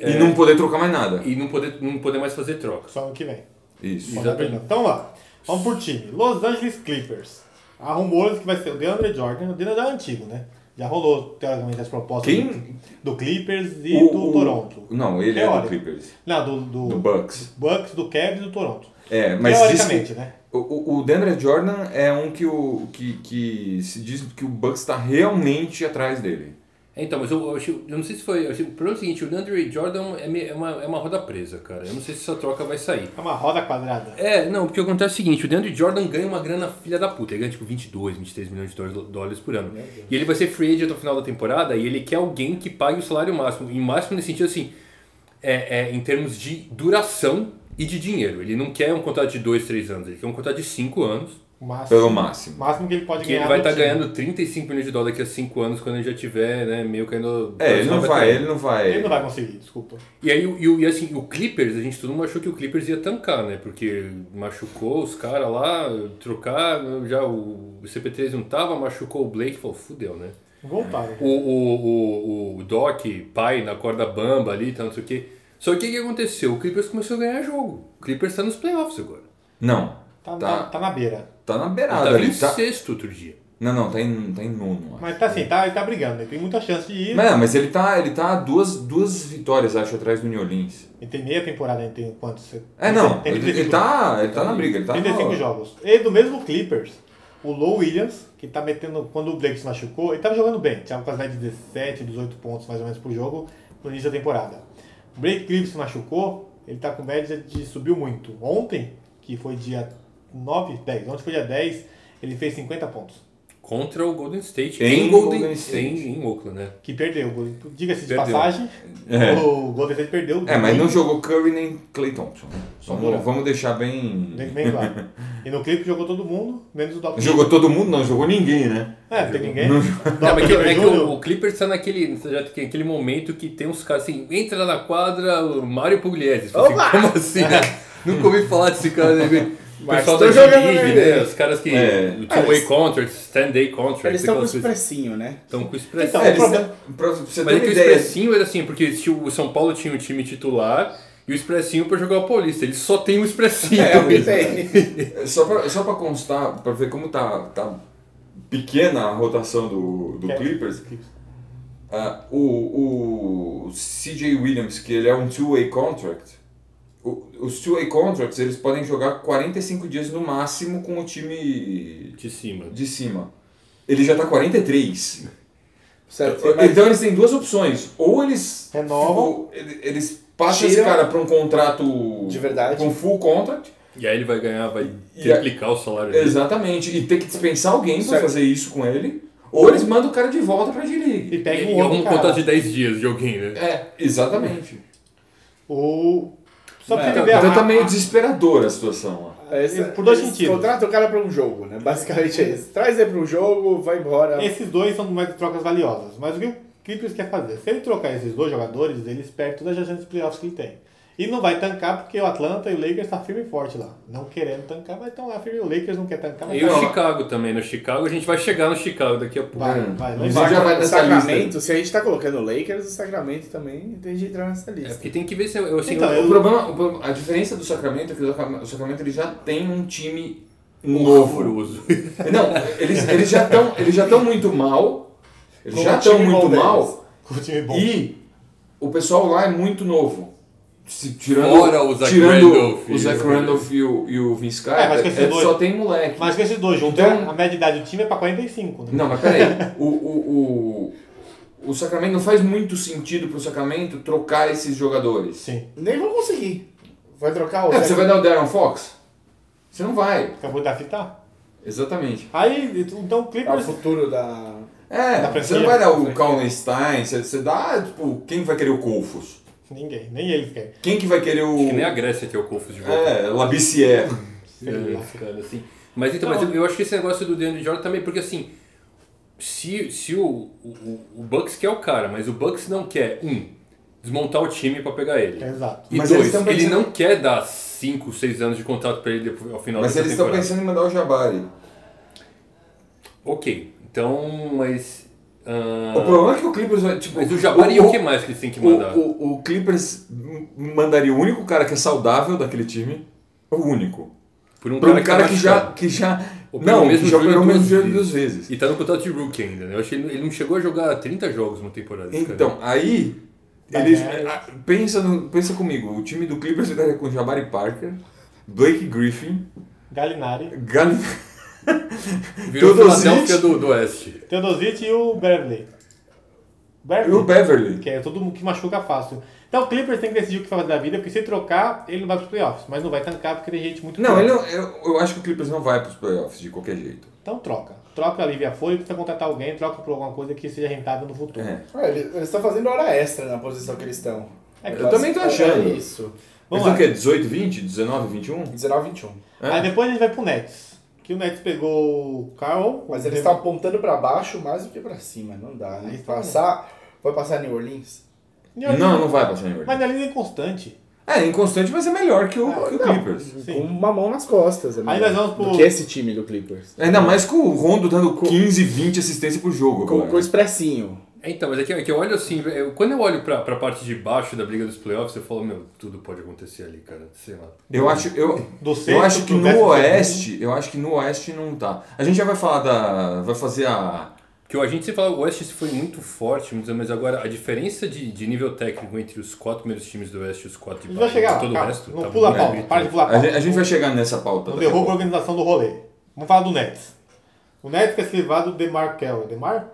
Speaker 1: E
Speaker 4: eh,
Speaker 1: não poder trocar mais nada.
Speaker 4: e não poder, não poder mais fazer trocas.
Speaker 3: Só ano que vem.
Speaker 1: Isso.
Speaker 3: Pode abrir, não. Então vamos lá. Vamos por time. Los Angeles Clippers. Há rumores que vai ser o DeAndre Jordan. O DeAndre já é antigo, né? Já rolou, teoricamente, as propostas
Speaker 1: Quem?
Speaker 3: do- do Clippers e do Toronto.
Speaker 1: Não, ele é
Speaker 3: Teórico.
Speaker 1: do Clippers.
Speaker 3: Não, do, do,
Speaker 1: Do Bucks.
Speaker 3: Bucks, do Cavs e do Toronto.
Speaker 1: É, mas
Speaker 3: Teoricamente,
Speaker 1: diz que-
Speaker 3: né?
Speaker 1: O- O, o Deandre Jordan é um que, o, que, que se diz que o Bucks está realmente atrás dele.
Speaker 4: É, Então, mas eu, eu, achei- eu não sei se foi. eu achei- o problema é o seguinte: o DeAndre Jordan é, me- é uma, é uma roda presa, cara. Eu não sei se essa troca vai sair.
Speaker 3: É uma roda quadrada.
Speaker 4: É, não, porque acontece o seguinte: o DeAndre Jordan ganha uma grana filha da puta. Ele ganha tipo 22, 23 milhões de dólares- dólares por ano. E ele vai ser free agent no final da temporada e ele quer alguém que pague o salário máximo. E máximo nesse sentido assim, é, é, em termos de duração e de dinheiro. Ele não quer um contrato de 2, 3 anos, ele quer um contrato de 5 anos.
Speaker 3: O máximo,
Speaker 1: Pelo máximo.
Speaker 3: máximo que ele pode
Speaker 4: Que
Speaker 3: ganhar.
Speaker 4: ele vai
Speaker 3: do
Speaker 4: estar
Speaker 3: time.
Speaker 4: ganhando 35 milhões de dólares daqui a 5 anos quando ele já tiver, né, meio caindo.
Speaker 1: É, ele não vai, ele não vai.
Speaker 3: Ele não vai conseguir, desculpa.
Speaker 4: E aí, o- e, o- e assim, o Clippers, a gente todo mundo achou que o Clippers ia tancar, né? Porque machucou os caras lá, trocar, já o, o CP3 não tava, machucou o Blake, falou, fudeu, né?
Speaker 3: Voltaram. Tá,
Speaker 4: O, o, o, o Doc, pai, na corda bamba ali, tal, não sei o quê. Só que o que que aconteceu? O Clippers começou a ganhar jogo. O Clippers tá nos playoffs agora.
Speaker 1: Não.
Speaker 3: Tá,
Speaker 1: Tá.
Speaker 3: tá- tá na beira.
Speaker 1: Tá na
Speaker 4: Ele
Speaker 1: beirada
Speaker 4: tava em
Speaker 1: ali. Tá...
Speaker 4: sexto outro dia.
Speaker 1: Não, não, tá em, tá em nono. acho.
Speaker 3: Mas tá assim, tá, ele tá brigando, né? Tem muita chance de ir.
Speaker 1: Não, mas ele tá, ele tá duas, duas vitórias, acho, atrás do New Orleans.
Speaker 3: Ele tem meia temporada, ele tem quantos?
Speaker 1: É, não.
Speaker 3: Tem
Speaker 1: Ele,
Speaker 3: 35
Speaker 1: ele tá, ele tá na briga. Ele tá
Speaker 3: 35
Speaker 1: no...
Speaker 3: jogos. E do mesmo Clippers, o Low Williams, que tá metendo. Quando o Blake se machucou, ele tava jogando bem. Tinha uma quantidade de 17, 18 pontos mais ou menos por jogo no início da temporada. O Blake Clippers se machucou, ele tá com média de. subiu muito. Ontem, que foi dia 9, 10, ontem foi dia 10, ele fez 50 pontos.
Speaker 4: Contra o Golden State.
Speaker 1: Em Golden State.
Speaker 4: Em, em Oakland, né?
Speaker 3: Que perdeu. Diga-se de
Speaker 1: Perdeu.
Speaker 3: passagem,
Speaker 1: É.
Speaker 3: o Golden State perdeu.
Speaker 1: É, mas não jogou Curry nem Clay Thompson. né?
Speaker 3: Moura.
Speaker 1: Vamos, vamos deixar bem.
Speaker 3: Bem, bem claro. E no clipe jogou todo mundo, menos o Doc.
Speaker 1: Jogou todo mundo? Não, jogou ninguém, né?
Speaker 3: É, tem ninguém.
Speaker 4: Não, mas que- é que
Speaker 3: Júnior.
Speaker 4: o, o Clippers tá naquele, já tem aquele momento que tem uns caras assim, entra na quadra o Mário Pugliese. Tipo assim,
Speaker 2: Opa!
Speaker 4: como assim? Nunca ouvi falar desse cara. Né? O
Speaker 2: Mas
Speaker 4: pessoal
Speaker 2: tô
Speaker 4: da
Speaker 2: jogando
Speaker 4: G-League,
Speaker 2: nele.
Speaker 4: né? Os caras que.
Speaker 1: É.
Speaker 4: o
Speaker 2: Ah,
Speaker 4: Two-way
Speaker 2: eles-
Speaker 4: contracts, 10-day contracts.
Speaker 2: Eles estão com
Speaker 4: aquelas
Speaker 2: esse
Speaker 4: coisas.
Speaker 2: precinho, né?
Speaker 4: Estão com expressão.
Speaker 3: Então,
Speaker 1: É, eles,
Speaker 3: problema-
Speaker 1: pra você
Speaker 4: Mas
Speaker 1: ter
Speaker 4: é que
Speaker 1: uma
Speaker 4: o
Speaker 1: ideia.
Speaker 4: Expressinho era assim, porque se o São Paulo tinha o time titular e o Expressinho pra jogar o Paulista. Ele só tem o Expressinho.
Speaker 2: É, o que tem.
Speaker 1: Só pra, só pra constar, pra ver como tá, tá pequena a rotação do, do
Speaker 3: É.
Speaker 1: Clippers, ah, o, o CJ Williams, que ele é um two-way contract, o- os two-way contracts eles podem jogar 45 dias no máximo com o time
Speaker 4: De cima.
Speaker 1: de cima. Ele já tá 43.
Speaker 2: Certo.
Speaker 1: Então eles têm duas opções. Ou eles.
Speaker 3: Renovam.
Speaker 1: ou ele- eles passam esse
Speaker 2: Tiram.
Speaker 1: cara pra um contrato.
Speaker 2: De verdade.
Speaker 1: Com full contract.
Speaker 4: E aí ele vai ganhar, vai
Speaker 1: E-
Speaker 4: triplicar o salário dele.
Speaker 1: Exatamente. E ter que dispensar alguém pra
Speaker 2: Certo.
Speaker 1: fazer isso com ele. Ou eles mandam o cara de volta pra G-League.
Speaker 3: E pega
Speaker 4: E
Speaker 3: um outro
Speaker 4: algum contrato de
Speaker 3: cara.
Speaker 4: 10 dias de alguém, né?
Speaker 1: É, exatamente.
Speaker 3: O... Só pra
Speaker 2: É,
Speaker 3: você ver a-
Speaker 1: Então tá meio
Speaker 3: a-
Speaker 1: desesperadora a situação. ó.
Speaker 2: Essa-
Speaker 3: Por dois
Speaker 2: eles
Speaker 3: sentidos.
Speaker 2: Contrata o cara pra um jogo, né? Basicamente é isso. Traz ele pra um jogo, vai embora.
Speaker 3: Esses dois são mais trocas valiosas. Mas o que o Clippers quer fazer? Se ele trocar esses dois jogadores, ele espera todas as chances de playoffs que ele tem. E não vai tancar porque o Atlanta e o Lakers tá firme e forte lá. Não querendo tancar, mas estão lá firme. O Lakers não quer tancar, mas
Speaker 4: E o
Speaker 1: Não.
Speaker 4: Chicago também. No Chicago, a gente vai chegar no Chicago daqui a pouco.
Speaker 3: vai,
Speaker 1: Hum.
Speaker 3: vai.
Speaker 1: Isso
Speaker 3: vai.
Speaker 1: já vai
Speaker 2: o
Speaker 1: nessa
Speaker 2: Sacramento, se a gente tá colocando o Lakers, o Sacramento também tem de entrar nessa
Speaker 4: É
Speaker 2: lista.
Speaker 4: porque tem que ver se. eu- Assim,
Speaker 3: Então,
Speaker 4: eu-
Speaker 1: O problema, o problema- a diferença do Sacramento é que o Sacra- o Sacramento ele já tem um time novo.
Speaker 4: um horroroso.
Speaker 1: Não, eles, eles já estão eles já tão muito mal. Eles
Speaker 2: Com
Speaker 1: já
Speaker 2: o time
Speaker 1: estão muito
Speaker 2: bom deles.
Speaker 1: mal.
Speaker 3: Com o time bom.
Speaker 1: E o pessoal lá é muito novo. Se- tirando
Speaker 4: Fora o Zach
Speaker 1: tirando
Speaker 4: Randolph.
Speaker 1: o Zach Randolph e o, e o Vince
Speaker 3: É, mas
Speaker 1: Carter,
Speaker 3: com esses
Speaker 1: é,
Speaker 3: dois-
Speaker 1: só tem moleque.
Speaker 3: Mas com esses dois juntos,
Speaker 1: Então-
Speaker 3: a média de idade do time é pra 45, né?
Speaker 1: Não, mas peraí. o, o, o, o Sacramento não faz muito sentido pro Sacramento trocar esses jogadores.
Speaker 3: Sim.
Speaker 2: Nem vão conseguir. Vai trocar o
Speaker 1: É,
Speaker 2: Zach-
Speaker 1: você vai dar o Darren Fox? Você não vai.
Speaker 3: Acabou de afitar.
Speaker 1: Exatamente.
Speaker 3: Aí, então o
Speaker 2: É o
Speaker 3: Clippers...
Speaker 2: futuro da.
Speaker 1: É,
Speaker 3: Dá pra
Speaker 1: você não
Speaker 3: ver.
Speaker 1: vai dar o Colin Stein, você, você dá, tipo, quem vai querer o Colfos?
Speaker 3: Ninguém, nem eles querem.
Speaker 1: Quem que vai querer o...
Speaker 4: Que nem a Grécia que é o Confus de volta.
Speaker 1: É, Labissière.
Speaker 4: É, esse cara, assim. Mas então, mas eu, eu acho que esse negócio do DeAndre Jordan também, porque assim, se, se o, o, o Bucks quer o cara, mas o Bucks não quer, um, desmontar o time pra pegar ele.
Speaker 3: Exato.
Speaker 4: E
Speaker 1: É. Mas eles
Speaker 4: dois,
Speaker 1: tão
Speaker 4: ele
Speaker 1: pensando-
Speaker 4: não quer dar 5, 6 anos de contrato pra ele depois- ao final
Speaker 1: Mas
Speaker 4: dessa
Speaker 1: eles estão
Speaker 4: temporada.
Speaker 1: pensando em mandar o Jabari.
Speaker 4: Ok, então, mas... ah,
Speaker 1: O problema é que o Clippers vai, tipo...
Speaker 4: mas o Jabari, é o, que mais que eles têm que
Speaker 1: o,
Speaker 4: mandar?
Speaker 1: o, o Clippers m- mandaria o único cara que é saudável daquele time, o único.
Speaker 4: Por um
Speaker 1: Pra um cara
Speaker 4: tá
Speaker 1: que já...
Speaker 4: machucado.
Speaker 1: Que já
Speaker 4: Operou
Speaker 1: não,
Speaker 4: o mesmo
Speaker 1: que já
Speaker 4: joelho
Speaker 1: operou o
Speaker 4: duas
Speaker 1: mesmo joelho
Speaker 4: vezes.
Speaker 1: duas vezes.
Speaker 4: E tá no contrato de rookie ainda, né? Eu achei, ele não chegou a jogar 30 jogos na temporada. esse cara.
Speaker 1: Então, aí.
Speaker 3: Vai
Speaker 1: Eles,
Speaker 3: ganhar.
Speaker 1: ah, pensa, no- pensa comigo, o time do Clippers ficaria com Jabari Parker, Blake Griffin,
Speaker 3: Galinari,
Speaker 1: Gal...
Speaker 4: Virou a
Speaker 1: todos
Speaker 4: Filadélfia
Speaker 1: eles-
Speaker 4: do, do Oeste.
Speaker 3: Teodosic e o Beverly.
Speaker 1: e o Beverly.
Speaker 3: Que é todo mundo que machuca fácil. Então o Clippers tem que decidir o que fazer da vida, porque se trocar, ele não vai pros playoffs. Mas não vai tancar porque tem gente muito
Speaker 1: Não,
Speaker 3: pior.
Speaker 4: é?
Speaker 1: ele não- eu, eu acho que o Clippers não vai pros playoffs de qualquer jeito.
Speaker 3: Então troca. Troca alivia a folha, precisa contratar alguém, troca por alguma coisa que seja rentável no futuro.
Speaker 1: É.
Speaker 2: Ué, ele- eles estão fazendo hora extra na posição que eles estão.
Speaker 3: É que
Speaker 1: Eu também tô
Speaker 2: É
Speaker 1: achando.
Speaker 2: Isso.
Speaker 1: Mas
Speaker 3: Vamos
Speaker 1: o
Speaker 3: lá.
Speaker 1: que? 18, 20, 19, 21?
Speaker 2: 19, 21.
Speaker 1: É.
Speaker 3: Aí depois a gente vai pro Nets. Que o Nets pegou o Carl.
Speaker 2: Mas
Speaker 3: o
Speaker 2: eles
Speaker 3: Dem-
Speaker 2: estão apontando pra baixo mais do que pra cima. Não dá. né?
Speaker 3: Aí tá
Speaker 2: Passar. Vai passar New Orleans?
Speaker 3: New Orleans-
Speaker 1: Não, não vai passar em
Speaker 3: Mas
Speaker 1: ordem.
Speaker 3: na linha é inconstante.
Speaker 1: É, inconstante, mas é melhor que o, que o
Speaker 2: não.
Speaker 1: Clippers.
Speaker 3: Sim.
Speaker 2: Com uma mão nas costas. amigo.
Speaker 3: Aí nós vamos pro-
Speaker 2: Do que esse time do Clippers.
Speaker 1: Ainda mais com o Rondo dando 15, 20 assistências por jogo.
Speaker 2: Com,
Speaker 1: agora.
Speaker 2: com o expressinho.
Speaker 4: É, Então, mas é que, é que eu olho assim, eu- quando eu olho pra, pra parte de baixo da briga dos playoffs, eu falo, meu, tudo pode acontecer ali, cara, sei lá.
Speaker 1: Eu acho, eu,
Speaker 3: Do
Speaker 1: eu
Speaker 3: sexto
Speaker 1: acho que
Speaker 3: pro
Speaker 1: no
Speaker 3: décimo
Speaker 1: Oeste, eu acho que no Oeste não tá. A gente já vai falar da, vai fazer a
Speaker 4: Porque a gente sempre fala, o West foi muito forte, vamos dizer, mas agora a diferença de, de nível técnico entre os quatro primeiros times do Oeste e os
Speaker 3: A
Speaker 4: quatro de
Speaker 3: gente vai
Speaker 4: baixo,
Speaker 3: chegar lá.
Speaker 4: todo o
Speaker 3: calma.
Speaker 4: resto,
Speaker 3: não
Speaker 4: tá
Speaker 3: pula a
Speaker 4: muito
Speaker 3: pauta.
Speaker 4: bonito.
Speaker 3: Para de pular a
Speaker 1: a
Speaker 3: pauta.
Speaker 1: gente, a gente vai chegar nessa pauta.
Speaker 3: Não
Speaker 1: daqui a
Speaker 3: derruba a
Speaker 1: pouco.
Speaker 3: organização do rolê. Vamos falar do Nets. O Nets quer se livrar do DeMar Kell. DeMar?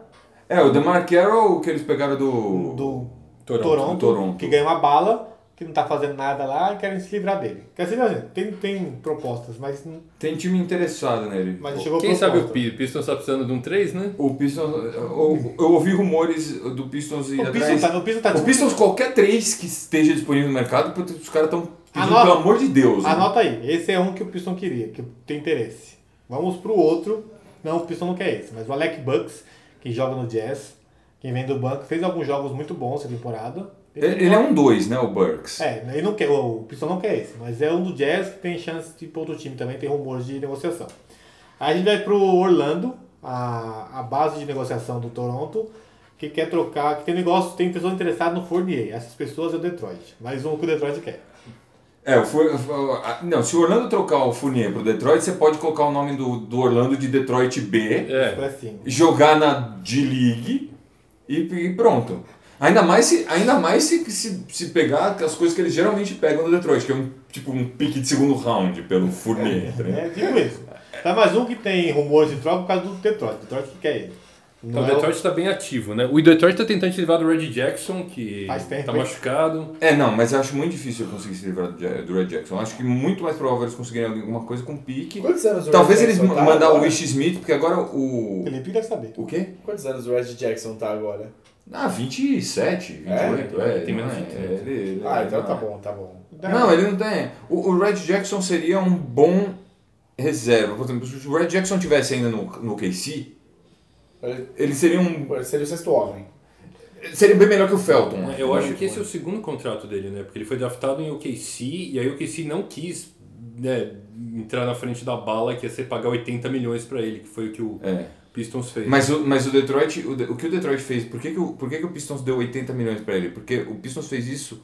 Speaker 1: É, o DeMar Carroll que eles pegaram do
Speaker 3: Do
Speaker 4: Toronto.
Speaker 3: Toronto,
Speaker 1: Toronto.
Speaker 3: que ganha uma bala. que não tá fazendo nada lá e querem se livrar dele. Quer dizer, não, gente, tem, tem propostas, mas, não-
Speaker 1: Tem time interessado nele.
Speaker 3: mas não chegou
Speaker 4: Quem sabe o
Speaker 3: proposta.
Speaker 4: Pi- Pistons tá precisando de um 3, né?
Speaker 1: O Pistons. Eu, eu ouvi rumores do Pistons e
Speaker 3: O Pistons tá, o Pistons tá
Speaker 1: O Pistons, qualquer três que esteja disponível no mercado, porque os caras estão pedindo,
Speaker 3: Anota-
Speaker 1: pelo amor de Deus. né?
Speaker 3: Anota aí. Esse é um que o Piston queria, que tem interesse. Vamos pro outro. Não, o Piston não quer esse, mas o Alec Bucks, que joga no Jazz, quem vem do banco, fez alguns jogos muito bons essa temporada.
Speaker 1: Ele ele é um dois, né, o Burks?
Speaker 3: É, ele não quer, o Pistão não quer esse, mas é um do Jazz que tem chance de ir pra outro time também, tem rumores de negociação. Aí a gente vai pro Orlando, a, a base de negociação do Toronto, que quer trocar, que tem negócio, tem pessoas interessadas no Fournier. Essas pessoas é o Detroit. Mais um que o Detroit quer.
Speaker 1: É, o Fu- o- a- não, se o Orlando trocar o Fournier pro Detroit, você pode colocar o nome do, do Orlando de Detroit B,
Speaker 3: Então,
Speaker 4: É.
Speaker 3: assim,
Speaker 1: jogar na D-League e, e pronto. Ainda mais, se, ainda mais se, se, se pegar as coisas que eles geralmente pegam no Detroit, que é um tipo um pique de segundo round pelo Fournier. tá ligado?
Speaker 3: É, digo isso. Tá mais um que tem rumores de troca por causa do Detroit. Detroit que quer ele.
Speaker 4: Então,
Speaker 3: Não
Speaker 4: o
Speaker 3: é o-
Speaker 4: Detroit tá bem ativo, né? O Detroit tá tentando se livrar do Red Jackson, que
Speaker 3: Faz tempo,
Speaker 4: tá
Speaker 3: hein?
Speaker 4: machucado.
Speaker 1: É, não, mas eu acho muito difícil eu conseguir se livrar do Ja- do Red Jackson. Eu acho que muito mais provável eles conseguirem alguma coisa com pique.
Speaker 2: Quantos anos o
Speaker 1: Talvez
Speaker 2: Red
Speaker 1: eles
Speaker 2: Jackson tá
Speaker 1: mandar o
Speaker 2: agora?
Speaker 1: Wish Smith, porque agora o.
Speaker 3: Felipe deve saber.
Speaker 1: O quê?
Speaker 2: Quantos anos o Red Jackson tá agora?
Speaker 1: Ah, 27, 28, é,
Speaker 4: É, tem menos
Speaker 1: não é,
Speaker 4: 28.
Speaker 1: é, ele, ele-
Speaker 2: Ah, então
Speaker 1: não
Speaker 2: tá
Speaker 1: é.
Speaker 2: bom, tá bom.
Speaker 1: Não, ele não tem. O, o Red Jackson seria um bom reserva. Por exemplo, se o Red Jackson tivesse ainda no, no KC,
Speaker 2: Ele-
Speaker 1: ele seria um.
Speaker 2: Seria o sexto homem.
Speaker 1: Seria bem melhor que o Felton. né?
Speaker 4: Eu acho que esse é o segundo contrato dele, né? Porque ele foi draftado em OKC e aí o OKC não quis né, entrar na frente da bala que ia ser pagar 80 milhões pra ele, que foi o que o
Speaker 1: É.
Speaker 4: Pistons fez.
Speaker 1: Mas o, mas o Detroit, o, de- o que o Detroit fez, por que, que, o, por que, que o Pistons deu 80 milhões pra ele? Porque o Pistons fez isso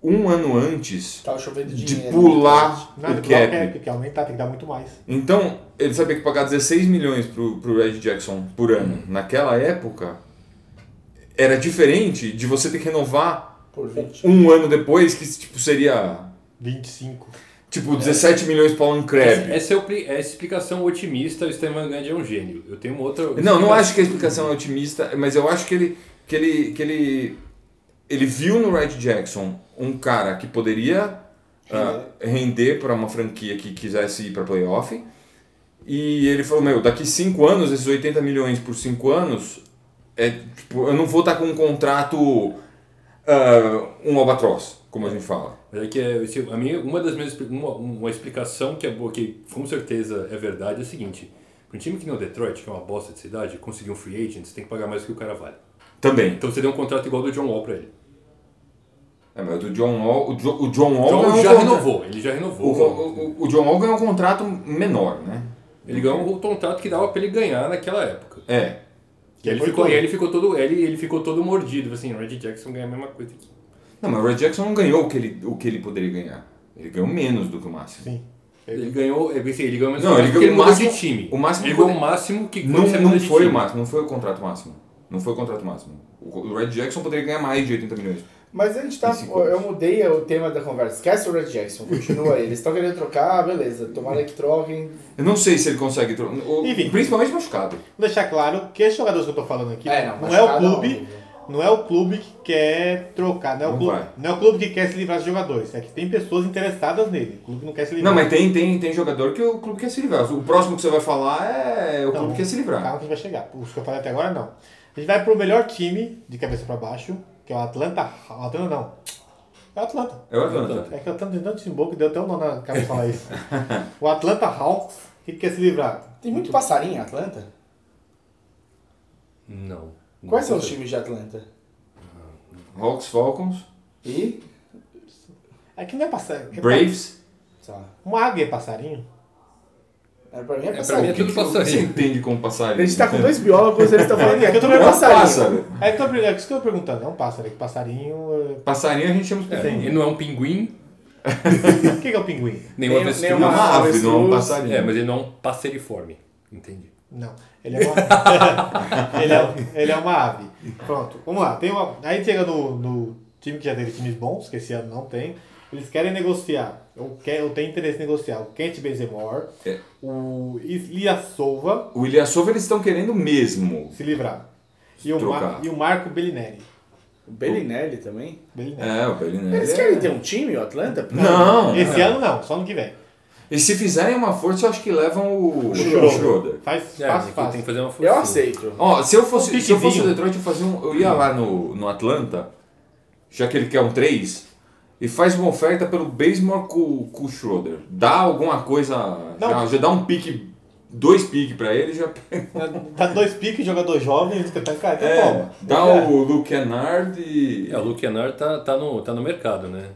Speaker 1: um ano antes
Speaker 2: Tava chovendo
Speaker 1: de
Speaker 2: dinheiro. né,
Speaker 1: pular
Speaker 3: Não,
Speaker 1: o
Speaker 3: ele
Speaker 1: cap.
Speaker 3: quer, que quer aumentar, tem que dar muito mais.
Speaker 1: Então, ele sabia que pagar 16 milhões pro, pro Red Jackson por ano naquela época era diferente de você ter que renovar
Speaker 2: Por 20.
Speaker 1: um ano depois, que tipo, seria
Speaker 3: 25.
Speaker 1: tipo 17 milhões para um
Speaker 4: essa,
Speaker 1: Kreb.
Speaker 4: essa é, o, pri- é a explicação otimista, o Stan Van Gundy é um gênio. Eu tenho uma outra.
Speaker 1: Não, não
Speaker 4: explicação.
Speaker 1: acho que a explicação é otimista, mas eu acho que ele, que ele, que ele, ele viu no Red Jackson um cara que poderia ah, render para uma franquia que quisesse ir para playoff. E ele falou, meu, daqui 5 anos, esses 80 milhões por 5 anos, é, tipo, eu não vou estar com um contrato, ah, um albatroz, como a gente fala.
Speaker 4: Mas é que é, se- a minha, uma das minhas uma, uma explicação que é boa, que com certeza é verdade, é a seguinte. Para um time que nem o Detroit, que é uma bosta de cidade, conseguir um free agent, você tem que pagar mais do que o cara vale.
Speaker 1: Também.
Speaker 4: Então você deu um contrato igual ao do John Wall pra ele.
Speaker 1: É, mas o John Wall, o, Jo- o John Wall
Speaker 4: John
Speaker 1: ganhou
Speaker 4: Wall
Speaker 1: um
Speaker 4: já
Speaker 1: contra-
Speaker 4: renovou, ele já
Speaker 1: O,
Speaker 4: renovou.
Speaker 1: o- o- o John Wall ganhou um contrato menor, né?
Speaker 4: ele ganhou um contrato que dava pra ele ganhar naquela época.
Speaker 1: É.
Speaker 4: E ele
Speaker 3: foi
Speaker 4: ficou,
Speaker 3: tudo.
Speaker 4: e ele ficou todo ele, ele ficou todo mordido, assim, o Red Jackson ganha a mesma coisa aqui.
Speaker 1: Não, mas o Red Jackson não ganhou o que ele, o que ele poderia ganhar. Ele ganhou menos do que o máximo.
Speaker 3: Sim.
Speaker 4: Ele ganhou, eu pensei, ele ganhou menos
Speaker 1: Não, ele
Speaker 4: porque
Speaker 1: ganhou o
Speaker 4: mudou de
Speaker 1: máximo-
Speaker 4: time.
Speaker 1: o máximo
Speaker 4: ele
Speaker 1: que-
Speaker 4: ganhou o máximo que
Speaker 1: Não,
Speaker 4: quando você
Speaker 1: não
Speaker 4: muda de
Speaker 1: foi o
Speaker 4: time.
Speaker 1: máximo, não foi o contrato máximo. Não foi o contrato máximo. O o Red Jackson poderia ganhar mais de 80 milhões.
Speaker 2: Mas a gente tá.
Speaker 1: Esse coach.
Speaker 2: Eu mudei o tema da conversa. Esquece o Red Jackson, continua aí. Eles estão querendo trocar, beleza. Tomara que troquem.
Speaker 1: Eu não sei se ele consegue. tro- o-
Speaker 3: Enfim.
Speaker 1: Principalmente machucado.
Speaker 3: Vou deixar claro que esses jogadores que eu tô falando aqui não, é o
Speaker 2: machucado
Speaker 3: clube.
Speaker 2: óbvio.
Speaker 3: Não é o clube que quer trocar, não é, o
Speaker 1: Não
Speaker 3: clube,
Speaker 1: vai.
Speaker 3: não é o clube que quer se livrar dos jogadores. É que tem pessoas interessadas nele. O clube não quer se livrar.
Speaker 1: Não, mas tem, tem, tem jogador que o clube quer se livrar. O próximo que você vai falar é o
Speaker 3: Não,
Speaker 1: clube quer se livrar.
Speaker 3: Então, Calma que a gente vai chegar. Os que eu falei até agora, não. A gente vai pro melhor time, de cabeça pra baixo, que é o Atlanta. O Atlanta não. É o Atlanta.
Speaker 1: É o Atlanta.
Speaker 3: É que o Atlanta tem tanto time bom que deu até um nó na cabeça falar isso. o Atlanta Hawks, que quer se livrar?
Speaker 2: Tem muito passarinho em Atlanta?
Speaker 4: Não.
Speaker 2: Quais são os times de Atlanta?
Speaker 1: Hawks, Falcons,
Speaker 2: E.
Speaker 3: Aqui não é passarinho. é
Speaker 1: Braves.
Speaker 2: Sei lá.
Speaker 3: pa- Uma águia é passarinho?
Speaker 2: É, pra mim é
Speaker 4: É, pra mim é
Speaker 2: passarinho.
Speaker 4: tudo
Speaker 1: O que você
Speaker 4: passarinho.
Speaker 1: entende como passarinho?
Speaker 2: A gente tá com dois biólogos, eles estão falando
Speaker 3: É que eu tô
Speaker 1: É
Speaker 3: vendo
Speaker 1: um
Speaker 3: passarinho.
Speaker 1: pássaro.
Speaker 3: É, que eu tô per- é isso que eu tô perguntando. É um pássaro. é que passarinho.
Speaker 1: Passarinho a gente chama de
Speaker 4: É,
Speaker 1: passarinho.
Speaker 4: ele não é um pinguim,
Speaker 3: é- O que que é o pinguim?
Speaker 4: nem um
Speaker 2: Nem-
Speaker 4: avestruz.
Speaker 2: nem
Speaker 1: Não é uma ave, não é um
Speaker 2: Avestruz.
Speaker 1: passarinho.
Speaker 4: É, mas ele não é um passeriforme. Entendi.
Speaker 3: Não. Ele é uma, ele é, ele é uma ave. Pronto, vamos lá. Tem uma, aí chega no, no time que já teve times bons, que esse ano não tem. Eles querem negociar, ou, quer, ou tem interesse em negociar o Kent Bezemore,
Speaker 1: É.
Speaker 3: o Ilya Sova,
Speaker 1: O Ilyasova eles estão querendo mesmo.
Speaker 3: se livrar. E o, Mar-
Speaker 1: Trocar.
Speaker 3: e o Marco Bellinelli.
Speaker 2: O Bellinelli também.
Speaker 3: Bem, né?
Speaker 1: É, o Bellinelli.
Speaker 2: Eles
Speaker 1: é-
Speaker 2: querem ter um time, o Atlanta?
Speaker 1: Não.
Speaker 3: Esse
Speaker 1: não.
Speaker 3: ano não, só no que vem.
Speaker 1: E se fizerem uma força, eu acho que levam o, o
Speaker 3: Schroeder.
Speaker 1: Schroeder.
Speaker 3: Faz,
Speaker 4: É,
Speaker 3: faz,
Speaker 4: aqui
Speaker 3: faz.
Speaker 4: tem que fazer uma força.
Speaker 2: Eu aceito.
Speaker 1: Ó, se eu fosse,
Speaker 3: Um
Speaker 1: se eu fosse o
Speaker 3: piquezinho.
Speaker 1: Detroit, eu, fazia um, eu ia lá no, no Atlanta, já que ele quer um 3, e faz uma oferta pelo Basemore com, com o Schroeder. Dá alguma coisa,
Speaker 3: Não.
Speaker 1: já, já dá um pique, dois piques pra ele, já pega.
Speaker 3: Dá Tá dois piques, jogador jovem, você tá, cara, então
Speaker 1: É,
Speaker 3: toma.
Speaker 1: dá
Speaker 3: É.
Speaker 1: o Luke Kennard e...
Speaker 4: É, o Luke Kennard tá, tá, no, tá no mercado, né?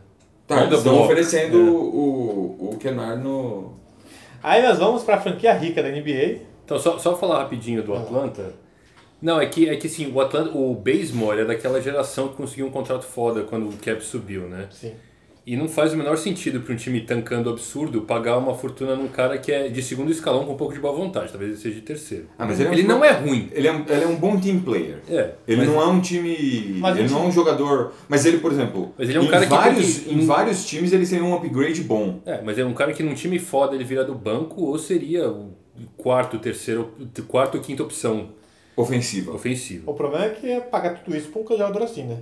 Speaker 1: Tá, eles estão
Speaker 4: Block.
Speaker 1: oferecendo
Speaker 4: É.
Speaker 1: o, o Kennard no...
Speaker 3: Aí nós vamos pra franquia rica da NBA.
Speaker 4: Então, só, só falar rapidinho
Speaker 1: Ah.
Speaker 4: do Atlanta. Não, é que, é que assim, o, Atlanta, o Bazemore é daquela geração que conseguiu um contrato foda quando o cap subiu, né?
Speaker 3: Sim.
Speaker 4: E não faz o menor sentido para um time tancando absurdo pagar uma fortuna num cara que é de segundo escalão com um pouco de boa vontade, talvez ele seja de terceiro.
Speaker 1: Ah, mas ele é um-
Speaker 4: não é ruim.
Speaker 1: Ele é, um- ele é um bom team player.
Speaker 4: É.
Speaker 1: Ele
Speaker 4: mas-
Speaker 1: não é um time.
Speaker 3: Mas
Speaker 1: ele
Speaker 3: um
Speaker 1: não é um jogador. Mas ele, por exemplo.
Speaker 4: Mas ele é um
Speaker 1: em
Speaker 4: cara que
Speaker 1: vários,
Speaker 4: tem que-
Speaker 1: Em vários times ele seria um upgrade bom.
Speaker 4: É, mas é um cara que num time foda ele vira do banco ou seria o quarto, terceiro, quarto ou quinta opção
Speaker 1: Ofensiva.
Speaker 4: ofensiva.
Speaker 3: O problema é que é pagar tudo isso pra um jogador assim, né?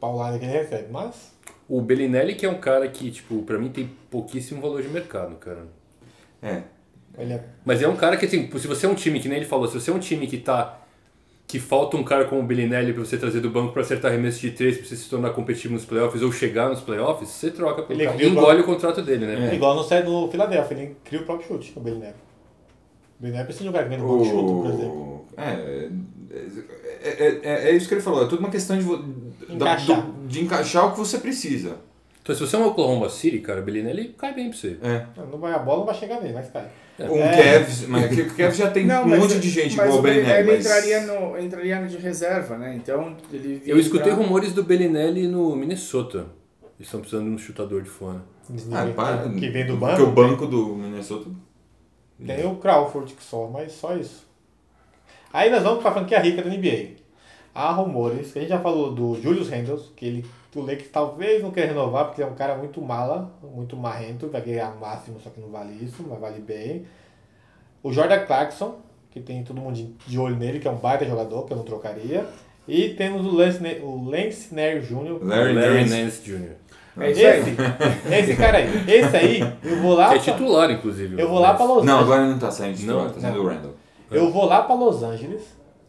Speaker 3: Paulada que ele recebe. Mas,
Speaker 4: O Bellinelli que é um cara que, tipo, pra mim tem pouquíssimo valor de mercado, cara.
Speaker 1: É.
Speaker 3: ele é.
Speaker 4: Mas é um cara que, assim, se você é um time, que nem ele falou, se você é um time que tá. que falta um cara como o Bellinelli pra você trazer do banco pra acertar arremesso de três, pra você se tornar competitivo nos playoffs ou chegar nos playoffs, você troca pelo
Speaker 3: Ele
Speaker 4: cara. E
Speaker 3: viu-
Speaker 4: engole o contrato dele,
Speaker 1: É.
Speaker 4: né?
Speaker 3: Igual no site do Philadelphia, ele cria o próprio chute, o Belinep. O Belinep precisa um jogar grande o... chute, por exemplo.
Speaker 1: O- É, é, é, é- é isso que ele falou. É tudo uma questão de, vo- da-
Speaker 3: Encaixar.
Speaker 1: do- de encaixar o que você precisa.
Speaker 4: Então se você é um Oklahoma City, cara, o Bellinelli cai bem pra você.
Speaker 1: É.
Speaker 3: Não vai a bola, não vai chegar nele, mas cai.
Speaker 1: Um
Speaker 3: É.
Speaker 1: Cavs. Mas que- o Cavs já tem um monte de gente
Speaker 2: mas
Speaker 1: igual o Belinelli.
Speaker 2: Ele
Speaker 1: mas-
Speaker 2: entraria, no, entraria de reserva, né? Então ele.
Speaker 4: Eu escutei
Speaker 2: entrar-
Speaker 4: rumores do Bellinelli no Minnesota. Eles estão precisando de um chutador de fora.
Speaker 1: Ah, para-
Speaker 3: que vem do
Speaker 1: Porque o banco
Speaker 3: banco.
Speaker 1: do Minnesota.
Speaker 3: Tem o Crawford que só, mas só isso. Aí nós vamos pra franquia rica da NBA. Há rumores, a gente já falou do Julius Randles, que ele, o Lakers talvez não quer renovar, porque ele é um cara muito mala, muito marrento, vai ganhar máximo, só que não vale isso, mas vale bem. O Jordan Clarkson, que tem todo mundo de- de olho nele, que é um baita jogador, que eu não trocaria. E temos o Lance, Ne- o Lance Nair Jr.
Speaker 1: Larry,
Speaker 4: Larry
Speaker 1: Nance.
Speaker 4: Nance Jr.
Speaker 2: É isso aí.
Speaker 3: Esse, esse cara aí. Esse aí, eu vou lá.
Speaker 4: Que é
Speaker 3: pra-
Speaker 4: titular, inclusive.
Speaker 3: Tá, Eu vou lá pra Los
Speaker 1: Não,
Speaker 3: Angeles.
Speaker 1: agora não tá saindo de
Speaker 4: Não,
Speaker 1: Toronto, tá saindo
Speaker 3: não.
Speaker 1: do Randall.
Speaker 4: É.
Speaker 3: Eu vou lá pra Los Angeles,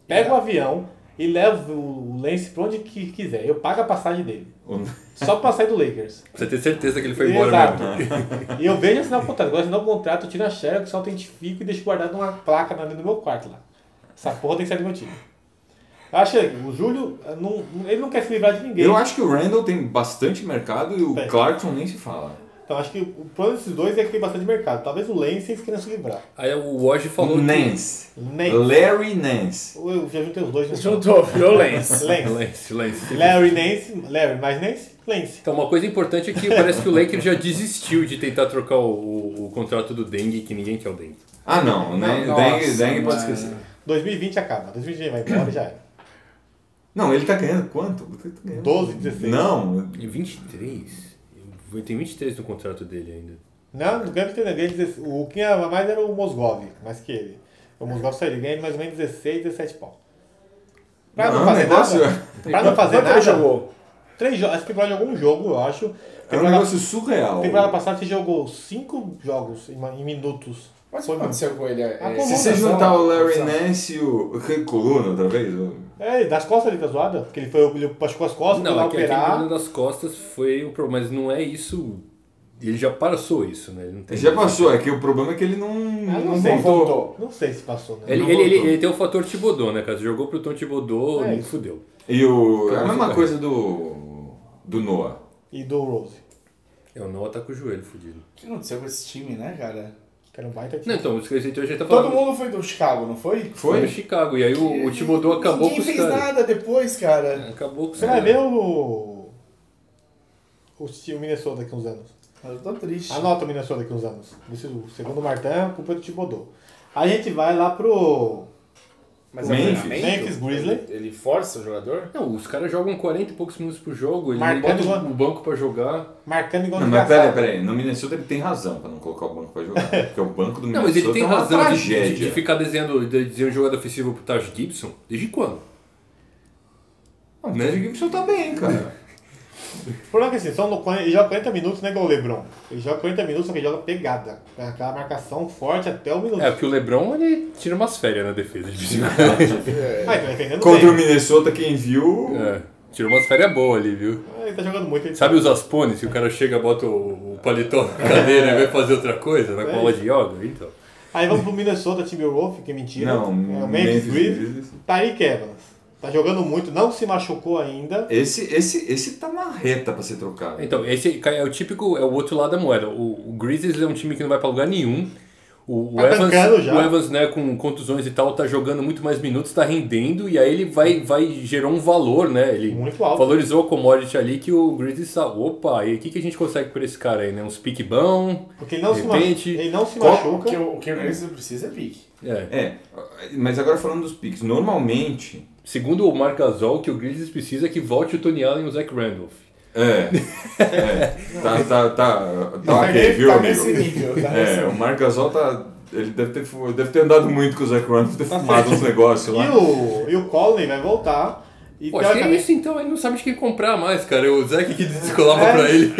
Speaker 3: pego o avião e levo o Lance pra onde que quiser. Eu pago a passagem dele.
Speaker 1: O-
Speaker 3: Só pra sair do Lakers.
Speaker 4: Pra você ter certeza que ele foi embora
Speaker 3: Exato.
Speaker 4: mesmo. né?
Speaker 3: E eu vejo assinar o contrato. Agora assinar o contrato, eu tiro a xerox, só autentifico e deixo guardado numa placa na- no meu quarto lá. Essa porra tem que sair do meu time. Eu Acho que o Júlio, eh, não- ele não quer se livrar de ninguém.
Speaker 1: Eu acho que o Randall tem bastante mercado e o
Speaker 3: Tem.
Speaker 1: Clarkson nem se fala.
Speaker 3: Então acho que o plano desses dois é que tem bastante mercado. Talvez o Lance eles queiram se livrar.
Speaker 4: Aí o Woj falou
Speaker 1: Nance.
Speaker 3: Lance.
Speaker 1: Larry Nance.
Speaker 3: Eu já juntei os dois. no
Speaker 2: Juntou, virou Lance.
Speaker 4: que...
Speaker 3: Lance.
Speaker 4: Lance, Lance.
Speaker 3: Larry Nance. Larry mais Nance? Lance.
Speaker 4: Então, uma coisa importante é que parece que o Lakers já desistiu de tentar trocar o, o- o contrato do Dengue, que ninguém quer o Dengue.
Speaker 1: Ah, não. né?
Speaker 2: Nossa,
Speaker 1: Dengue, Dengue pode
Speaker 2: mano.
Speaker 1: esquecer.
Speaker 3: 2020 acaba. 2020 vai embora e já era.
Speaker 1: Não, ele tá ganhando quanto? Ele tá ganhando-
Speaker 3: 12, 16.
Speaker 1: Não.
Speaker 4: E 23? Eu- Tem 23 no contrato dele ainda.
Speaker 3: Não, não ganha pra entender. Ele dezesse- O que ganhava mais era o Mosgov, mais que ele. O Mosgov saiu, ele ganha mais ou menos 16, 17 pau. Pra não,
Speaker 1: Não,
Speaker 3: fazer
Speaker 1: o negócio é.
Speaker 3: nada. Pra não fazer
Speaker 2: Quanto
Speaker 3: nada.
Speaker 2: ele jogou?
Speaker 3: Três jogos. Acho que temporada jogou um jogo, eu acho.
Speaker 1: É um
Speaker 3: Temporada,
Speaker 1: negócio surreal.
Speaker 3: temporada passada você jogou cinco jogos em, ma- em minutos.
Speaker 2: Mas o que aconteceu com ele? É-
Speaker 3: Ah,
Speaker 2: é-
Speaker 3: como
Speaker 1: Se você juntar o Larry Nance e o Rick Coluna outra vez, o-
Speaker 3: É, das costas ele tá zoada, porque ele foi ele machucou as costas, foi
Speaker 4: Não,
Speaker 3: lá
Speaker 4: é que aquele
Speaker 3: operar.
Speaker 4: menino das costas foi o problema, mas não é isso. Ele já passou isso, né? Ele não tem
Speaker 1: ele já passou. É que o problema é que ele não,
Speaker 3: Ah,
Speaker 1: não
Speaker 3: sei,
Speaker 1: voltou.
Speaker 3: Não sei se passou, né?
Speaker 4: Ele,
Speaker 1: Não
Speaker 4: ele, ele-
Speaker 1: voltou.
Speaker 4: ele tem o fator Tibodô, né, cara? Você jogou pro Tom Tibodô,
Speaker 3: É.
Speaker 4: não fudeu.
Speaker 1: E o... É a
Speaker 4: Cara,
Speaker 1: mesma
Speaker 4: cara.
Speaker 1: coisa do... Do Noah.
Speaker 3: E do Rose,
Speaker 4: É, o Noah tá com o joelho fudido.
Speaker 2: O que aconteceu com esse time, né, cara?
Speaker 3: que era um baita time.
Speaker 4: Não, então, os caras então, já tá falando.
Speaker 2: Todo mundo foi do Chicago, não foi?
Speaker 4: foi no Chicago. E aí o, o Tibodô acabou
Speaker 2: Ninguém
Speaker 4: com os
Speaker 2: fez
Speaker 4: caras.
Speaker 2: nada depois, cara.
Speaker 4: Acabou com os
Speaker 3: Você vai
Speaker 4: caras.
Speaker 3: ver o. O time Minnesota daqui a uns anos.
Speaker 2: Eu tô
Speaker 1: Ah,
Speaker 2: triste.
Speaker 3: Anota o Minnesota daqui a uns anos. Esse, o segundo Martin, a culpa é do Tibodô. A gente vai lá pro.
Speaker 2: Mas
Speaker 1: O
Speaker 2: é
Speaker 1: Memphis.
Speaker 2: treinamento?
Speaker 3: Memphis Grizzly.
Speaker 2: Ele, ele força o jogador?
Speaker 4: Não, os caras jogam 40 e poucos minutos pro jogo, ele não
Speaker 3: Marcando
Speaker 4: bota
Speaker 3: o-
Speaker 4: o banco pra jogar.
Speaker 3: Marcando igual
Speaker 1: Não,
Speaker 3: um
Speaker 1: mas peraí,
Speaker 3: desgraçado.
Speaker 1: peraí. No Minnesota ele tem razão pra não colocar o banco pra jogar. Porque o banco do Minnesota
Speaker 4: Não, mas ele tem
Speaker 1: é uma
Speaker 4: razão de- de,
Speaker 1: tragédia.
Speaker 4: de um ficar desenhando, de, desenhando jogada ofensiva pro Taj Gibson? Desde quando?
Speaker 1: Ah, o Magic Gibson tá bem, cara.
Speaker 3: O problema é que assim, são no- ele joga 40 minutos, né, igual o Lebron. Ele joga 40 minutos, só que ele joga pegada. É Aquela marcação forte até o minuto.
Speaker 4: É, porque o Lebron ele tira umas férias na defesa. de vez em quando.
Speaker 3: Ah, ele tá defendendo
Speaker 1: Contra o
Speaker 3: bem.
Speaker 1: Minnesota, quem viu.
Speaker 4: É, tira umas férias boas ali, viu?
Speaker 3: Ah, Ele tá jogando muito. Ele
Speaker 4: Sabe os aspones que o cara chega, bota o, o paletó na cadeira e vai fazer outra coisa, na bola de yoga? Então.
Speaker 3: Aí vamos pro Minnesota Timberwolves, que é mentira.
Speaker 1: Não,
Speaker 3: é o Memphis,
Speaker 1: Memphis
Speaker 3: Grizzlies.
Speaker 1: Grizzlies.
Speaker 3: Tyreek Evans. Tá jogando muito, não se machucou ainda.
Speaker 1: Esse, esse, esse tá na reta pra ser trocado.
Speaker 4: Então, esse é o típico, é o outro lado da moeda. O, o Grizzlies é um time que não vai pra lugar nenhum. O, o
Speaker 3: Tá
Speaker 4: Evans,
Speaker 3: tancando já.
Speaker 4: o Evans, né, com contusões e tal, tá jogando muito mais minutos, tá rendendo, e aí ele vai, vai gerar um valor, né? Ele
Speaker 3: Muito alto.
Speaker 4: valorizou a commodity ali que o Grizzlies tá. Opa, e o que, que a gente consegue por esse cara aí, né? Uns pique bom.
Speaker 3: Porque ele não,
Speaker 4: De
Speaker 3: se, ma-
Speaker 4: repente,
Speaker 3: ele não se
Speaker 1: qual-
Speaker 2: O que
Speaker 3: machuca.
Speaker 2: o, o, que o Grizzlies precisa é pique.
Speaker 4: É.
Speaker 1: É, mas agora falando dos picks, normalmente.
Speaker 4: Segundo o Marc Gasol, o que o Grizzlies precisa é que volte o Tony Allen e o Zach Randolph.
Speaker 1: É. é tá, tá, tá, tá
Speaker 2: Tá
Speaker 1: ok,
Speaker 2: nesse-
Speaker 1: viu,
Speaker 2: tá
Speaker 1: amigo?
Speaker 2: nesse nível, tá nesse
Speaker 1: É, o Marc Gasol tá. Ele deve ter, fu- deve ter andado muito com o Zach Randolph, ter fumado uns negócios
Speaker 3: E
Speaker 1: lá.
Speaker 3: o, e o Conley vai voltar. E
Speaker 4: Pô, acho que é
Speaker 3: teoricamente,
Speaker 4: isso então, ele não sabe de quem comprar mais, cara. É O Zach que descolava
Speaker 3: É.
Speaker 4: pra ele.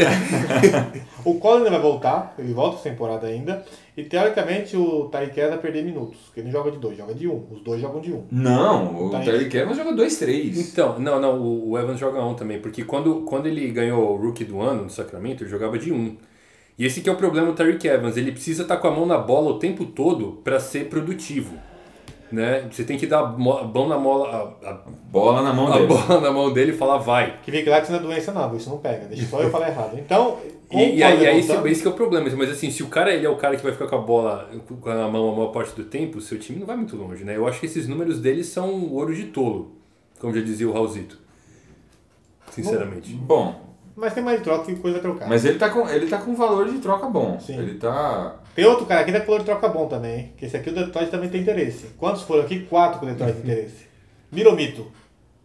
Speaker 3: o Conley vai voltar. Ele volta essa temporada ainda. E teoricamente o Tyreek Evans vai perder minutos. Porque ele não joga de dois, joga de um. Os dois jogam de um.
Speaker 1: Não, o
Speaker 3: Tá aí.
Speaker 1: Tyreek Evans joga 2-3.
Speaker 4: Então, não, não, o o Evans joga um também, porque quando, quando ele ganhou o Rookie do ano no Sacramento, ele jogava de um. E esse que é o problema do Tyreek Evans, ele precisa estar com a mão na bola o tempo todo para ser produtivo. Né? Você tem que dar a mo- a mão na mola, a, a-
Speaker 1: Bola na mão
Speaker 4: a
Speaker 1: dele.
Speaker 4: Ah, bola na mão dele e falar vai.
Speaker 3: Que fica lá que isso não é doença nada, isso não pega. Deixa só eu falar errado. Então, com o
Speaker 4: E, e aí,
Speaker 3: Conley
Speaker 4: aí esse,
Speaker 3: voltando-
Speaker 4: esse que é o problema, mas assim, se o cara ele é o cara que vai ficar com a bola com a mão a maior parte do tempo, seu time não vai muito longe, né? Eu acho que esses números dele são ouro de tolo, como já dizia o Raulzito. Sinceramente.
Speaker 1: Tá. Bom,
Speaker 3: Mas tem mais troca que coisa a trocar.
Speaker 1: mas ele tá com, ele tá com valor de troca bom.
Speaker 3: Sim.
Speaker 1: Ele tá.
Speaker 3: Tem outro cara aqui da Color Troca Bom também, hein? Que esse aqui o Detroit também tem interesse. Quantos foram aqui? Quatro com o Detroit tem interesse. Miromito.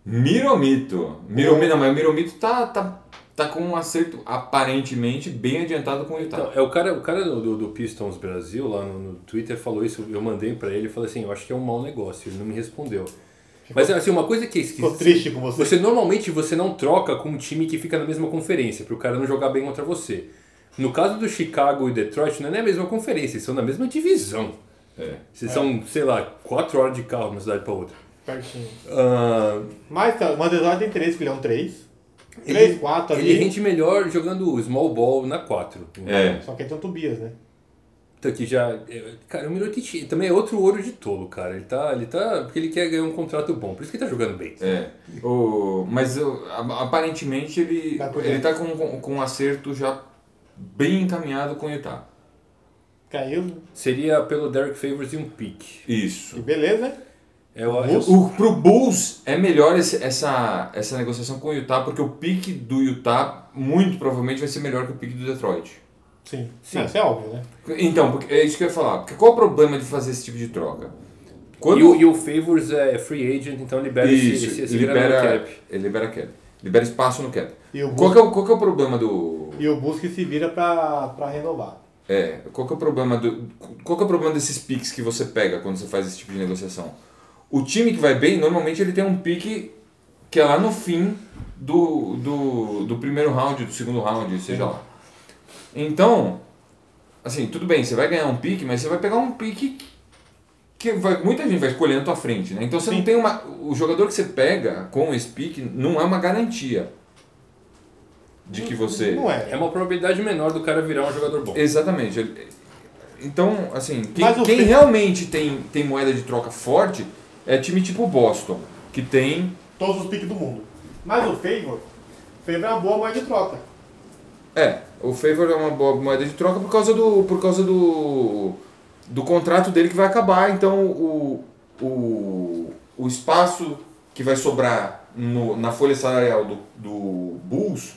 Speaker 1: Miromito. Miromito, não,
Speaker 4: Oh.
Speaker 1: mas o Miromito tá, tá, tá com um acerto aparentemente bem adiantado com o Utah.
Speaker 4: Então, é o cara, o cara do, do Pistons Brasil lá no, no Twitter falou isso, eu mandei pra ele, eu falei assim, eu acho que é um mau negócio, ele não me respondeu. Mas assim, uma coisa que é esquisita.
Speaker 3: Ficou triste com você.
Speaker 4: Você normalmente você não troca com um time que fica na mesma conferência, para o cara não jogar bem contra você. No caso do Chicago e Detroit, não é nem a mesma conferência, eles são na mesma divisão.
Speaker 1: É.
Speaker 4: Vocês são, sei lá, quatro horas de carro de uma cidade para outra.
Speaker 3: Pertinho.
Speaker 4: Ah,
Speaker 3: Mas tá, mas o Detroit tem interesse, porque ele é um 3. 3, 4
Speaker 4: ele
Speaker 3: ali.
Speaker 4: rende melhor jogando small ball na 4.
Speaker 1: É.
Speaker 3: Só que aí tem o Tobias, né?
Speaker 4: Então aqui já. é, Cara, o Mirotic também é outro ouro de tolo, cara. Ele tá, ele tá. Porque ele quer ganhar um contrato bom. Por isso que ele tá jogando bem.
Speaker 1: É. O, mas o- a- aparentemente ele,
Speaker 3: Tá por
Speaker 1: ele
Speaker 3: dentro.
Speaker 1: tá com, com, com um acerto já bem encaminhado com o Utah.
Speaker 3: Caiu.
Speaker 4: Seria pelo Derek Favors e um pick.
Speaker 3: Que
Speaker 1: Isso.
Speaker 3: beleza, né?
Speaker 4: É o
Speaker 3: Bulls?
Speaker 1: O, pro Bulls é melhor esse- essa, essa negociação com o Utah, porque o pique do Utah muito provavelmente vai ser melhor que o pique do Detroit.
Speaker 3: Sim. Sim. Não, isso é óbvio, né?
Speaker 1: Então, porque- é isso que eu ia falar. Porque qual o problema de fazer esse tipo de troca?
Speaker 4: E, o, e o Favors é free agent, então libera esse, esse, esse grana no
Speaker 1: libera,
Speaker 4: cap.
Speaker 1: ele libera cap. Libera espaço no cap.
Speaker 3: E o
Speaker 1: Qual
Speaker 3: Bus-
Speaker 1: que, é o, qual que é o problema do.
Speaker 3: E o Busque se vira pra, pra renovar.
Speaker 1: É, qual que é o problema do. Qual que é o problema desses picks que você pega quando você faz esse tipo de negociação? O time que vai bem, normalmente ele tem um pique que é lá no fim do, do, do primeiro round, do segundo round, seja lá. Então, assim, tudo bem, você vai ganhar um pique, mas você vai pegar um pique que vai, muita gente vai escolher na tua frente, né? Então você não tem uma. O jogador que você pega com esse pique não é uma garantia de que você.
Speaker 3: Não é.
Speaker 4: É uma probabilidade menor do cara virar um jogador
Speaker 1: É
Speaker 4: bom.
Speaker 1: Exatamente. Ele- Então, assim, quem,
Speaker 3: Mas o
Speaker 1: quem
Speaker 3: Pe-
Speaker 1: realmente tem, tem moeda de troca forte é time tipo Boston, que tem.
Speaker 3: Todos os piques do mundo. Mas o Favor, Favor é uma boa moeda de troca.
Speaker 1: É, o Favor é uma boa moeda de troca por causa do. por causa do. do contrato dele que vai acabar. Então o. o, o espaço que vai sobrar no- na folha salarial do, do Bulls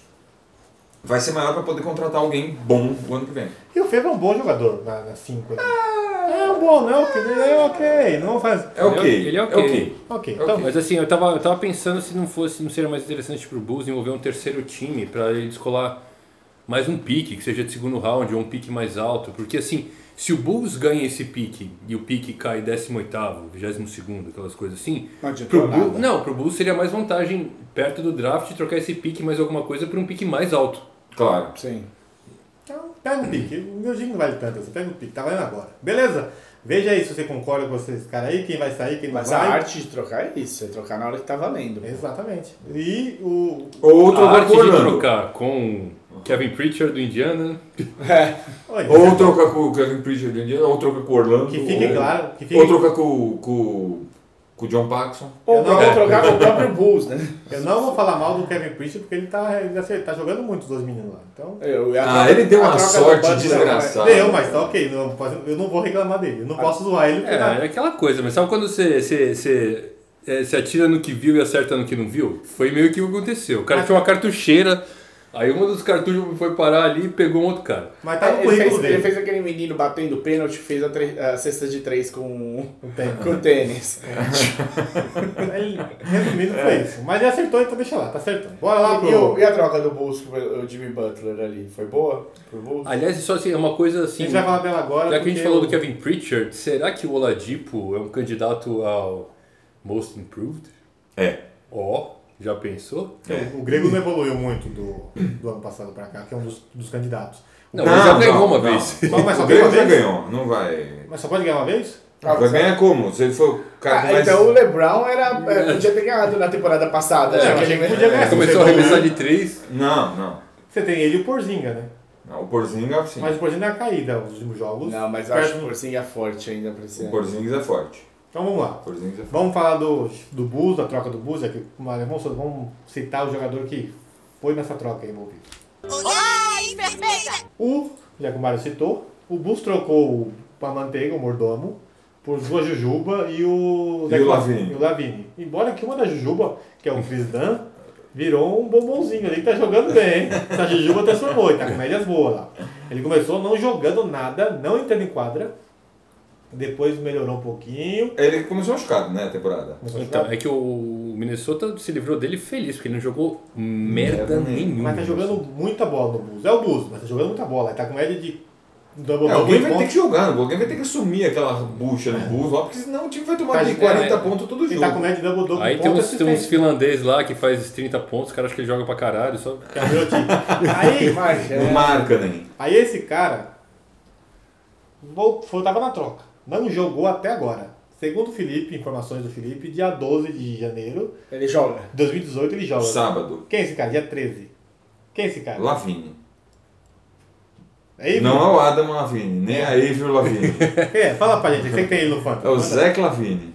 Speaker 1: vai ser maior para poder contratar alguém bom o ano que vem.
Speaker 3: E o Favor é um bom jogador na 5. É um bom, não. que- É ok. Não faz.
Speaker 1: É ok.
Speaker 4: ele é ok.
Speaker 3: Ok,
Speaker 1: É
Speaker 3: então.
Speaker 1: ok.
Speaker 4: Mas assim, eu tava, eu tava pensando se não fosse, não seria mais interessante pro Bulls envolver um terceiro time pra ele descolar mais um pique, que seja de segundo round ou um pique mais alto, porque assim, se o Bulls ganha esse pique e o pique cai 18º, 22º, aquelas coisas assim,
Speaker 2: Não adiantou
Speaker 4: pro
Speaker 2: nada.
Speaker 4: Bulls, não, pro Bulls seria mais vantagem perto do draft trocar esse pique mais alguma coisa por um pique mais alto.
Speaker 1: Claro.
Speaker 2: Sim.
Speaker 3: Então, pega o pique. O meu dinheiro não vale tanto. Você pega o pique, tá valendo agora. Beleza? Veja aí se você concorda com vocês, cara aí, quem vai sair, quem não
Speaker 2: Mas a
Speaker 3: vai.
Speaker 2: arte de trocar é isso, é trocar na hora que tá valendo.
Speaker 3: Exatamente. E o.
Speaker 1: Ou
Speaker 4: a
Speaker 1: trocar
Speaker 4: arte
Speaker 1: com o
Speaker 4: de
Speaker 1: Orlando.
Speaker 4: trocar com Kevin Pritchard do Indiana,
Speaker 3: Olha,
Speaker 1: Ou trocar com o Kevin Pritchard do Indiana, ou trocar com o Orlando.
Speaker 3: Que fique
Speaker 1: ou,
Speaker 3: claro. Que fique...
Speaker 1: Ou trocar com, com, com o John Paxson.
Speaker 2: Ou
Speaker 3: Eu não-
Speaker 2: vou trocar com o próprio Bulls, né?
Speaker 3: Eu não vou falar mal do Kevin Pritchard porque ele tá, ele acer- tá jogando muito os dois meninos lá. Então.
Speaker 2: Eu- a
Speaker 1: Ah,
Speaker 2: troca-
Speaker 1: ele deu
Speaker 2: a
Speaker 1: uma
Speaker 2: troca do é
Speaker 1: sorte
Speaker 2: Butler-
Speaker 1: desgraçada. Tá.
Speaker 3: Deu, mas tá ok. Não, posso- eu não vou reclamar dele. Eu não posso zoar ele porque
Speaker 4: É,
Speaker 3: tá-
Speaker 4: é aquela coisa, mas sabe quando você, você, você, é, você atira no que viu e acerta no que não viu? Foi meio que o que aconteceu. O cara tinha uma cartucheira, aí uma dos cartuchos foi parar ali e pegou um outro cara.
Speaker 3: mas tá no
Speaker 2: É, Ele
Speaker 3: currículo
Speaker 2: fez,
Speaker 3: dele.
Speaker 2: ele fez aquele menino batendo pênalti, fez a, tre- a cesta de três com,
Speaker 3: Não tem.
Speaker 2: com o tênis.
Speaker 3: É. Ele, resumindo, foi isso. Mas ele acertou, então deixa lá, tá acertando. Bora lá
Speaker 2: E, o-
Speaker 3: pro.
Speaker 2: e a troca do Bulls pro Jimmy Butler ali? Foi boa? Pro Bulls?
Speaker 4: Aliás, só assim, é uma coisa
Speaker 3: A
Speaker 4: assim.
Speaker 3: gente vai falar dela agora.
Speaker 4: Já que a gente
Speaker 3: porque
Speaker 4: falou do
Speaker 3: o-
Speaker 4: Kevin Pritchard, será que o Oladipo é um candidato ao Most Improved?
Speaker 1: É.
Speaker 4: Ó, já pensou?
Speaker 3: O grego não evoluiu muito do, do ano passado pra cá, que é um dos, dos candidatos. O
Speaker 4: Não,
Speaker 3: Grego-
Speaker 4: ele já ganhou uma vez.
Speaker 3: Só- mas só
Speaker 1: o
Speaker 3: ganhou
Speaker 1: Grêmio
Speaker 3: uma
Speaker 1: já
Speaker 3: vez?
Speaker 1: ganhou, não vai.
Speaker 3: Mas só pode ganhar uma vez?
Speaker 2: Ah,
Speaker 1: vai
Speaker 2: você-
Speaker 1: ganhar como? Se ele for o cara que
Speaker 2: Ah,
Speaker 1: mais.
Speaker 2: então o LeBron era, é, podia ter ganhado na temporada passada.
Speaker 3: É,
Speaker 2: já
Speaker 3: eu
Speaker 2: que
Speaker 3: achei
Speaker 2: ele-
Speaker 3: que podia ganhar.
Speaker 2: É,
Speaker 4: Começou a arremessar de três.
Speaker 1: Não, não.
Speaker 3: Você tem ele e o Porzinga, né?
Speaker 1: Não, O assim. Porzinga, sim.
Speaker 3: Mas o Porzinga é a caída nos últimos jogos.
Speaker 2: Não, mas eu acho que o Porzinho é forte ainda pra esse
Speaker 1: O
Speaker 2: ano.
Speaker 1: Porzinga é forte.
Speaker 3: Então vamos lá.
Speaker 1: O Porzinga é forte.
Speaker 3: Vamos falar do, do Bulls, da troca do Bulls aqui. Mas Vamos, vamos citar o jogador que foi nessa troca aí envolvido.
Speaker 7: Oi, perfeita!
Speaker 3: O, já que o Mário citou, o Bulls trocou o Pamanteiga, o Mordomo, por duas Jujuba e o...
Speaker 1: E o Lavine.
Speaker 3: E o Lavine. Embora que uma da Jujuba, que é o Chris Dunn, virou um bombonzinho ali que tá jogando bem. hein? Essa Jujuba transformou, ele tá com médias boas lá. Ele começou não jogando nada, não entrando em quadra. Depois melhorou um pouquinho.
Speaker 1: Ele começou machucado, né, a temporada.
Speaker 3: começou a jogar,
Speaker 4: Então, é que o Minnesota se livrou dele feliz, porque ele não jogou merda
Speaker 1: Merda nenhuma.
Speaker 4: nenhuma.
Speaker 3: mas tá jogando muita bola no Bulls. É o Bulls, mas tá jogando muita bola. Ele tá com média de... Double
Speaker 1: É, alguém vai
Speaker 3: pontos.
Speaker 1: ter que jogar, alguém vai ter que assumir aquela bucha no Bulls lá, porque senão o time vai tomar
Speaker 3: Tá
Speaker 1: de
Speaker 3: de-
Speaker 1: 40
Speaker 4: é.
Speaker 1: pontos todo
Speaker 3: Ele
Speaker 1: jogo.
Speaker 3: tá com média de double double
Speaker 4: Aí tem uns, tem uns
Speaker 3: assistência.
Speaker 4: finlandês lá que faz 30 pontos, o cara acha que ele joga pra caralho. Só...
Speaker 3: Que é o meu time. Aí,
Speaker 2: Mas,
Speaker 1: Não
Speaker 2: é,
Speaker 1: marca nem.
Speaker 3: Aí esse cara vol- foi- tava na troca. Não jogou até agora. Segundo o Felipe, informações do Felipe, dia 12 de janeiro
Speaker 2: ele joga.
Speaker 3: de 2018 ele joga.
Speaker 1: Sábado,
Speaker 3: Quem é esse cara? Dia 13. Quem é esse cara?
Speaker 1: Lavine.
Speaker 3: É ele?
Speaker 1: Não é o Adam Lavine, nem a Avril Lavine.
Speaker 3: Quem é? Fala pra gente, você que tem ele no
Speaker 1: É
Speaker 3: Phantom.
Speaker 1: o
Speaker 3: Manda.
Speaker 1: Zach Lavine.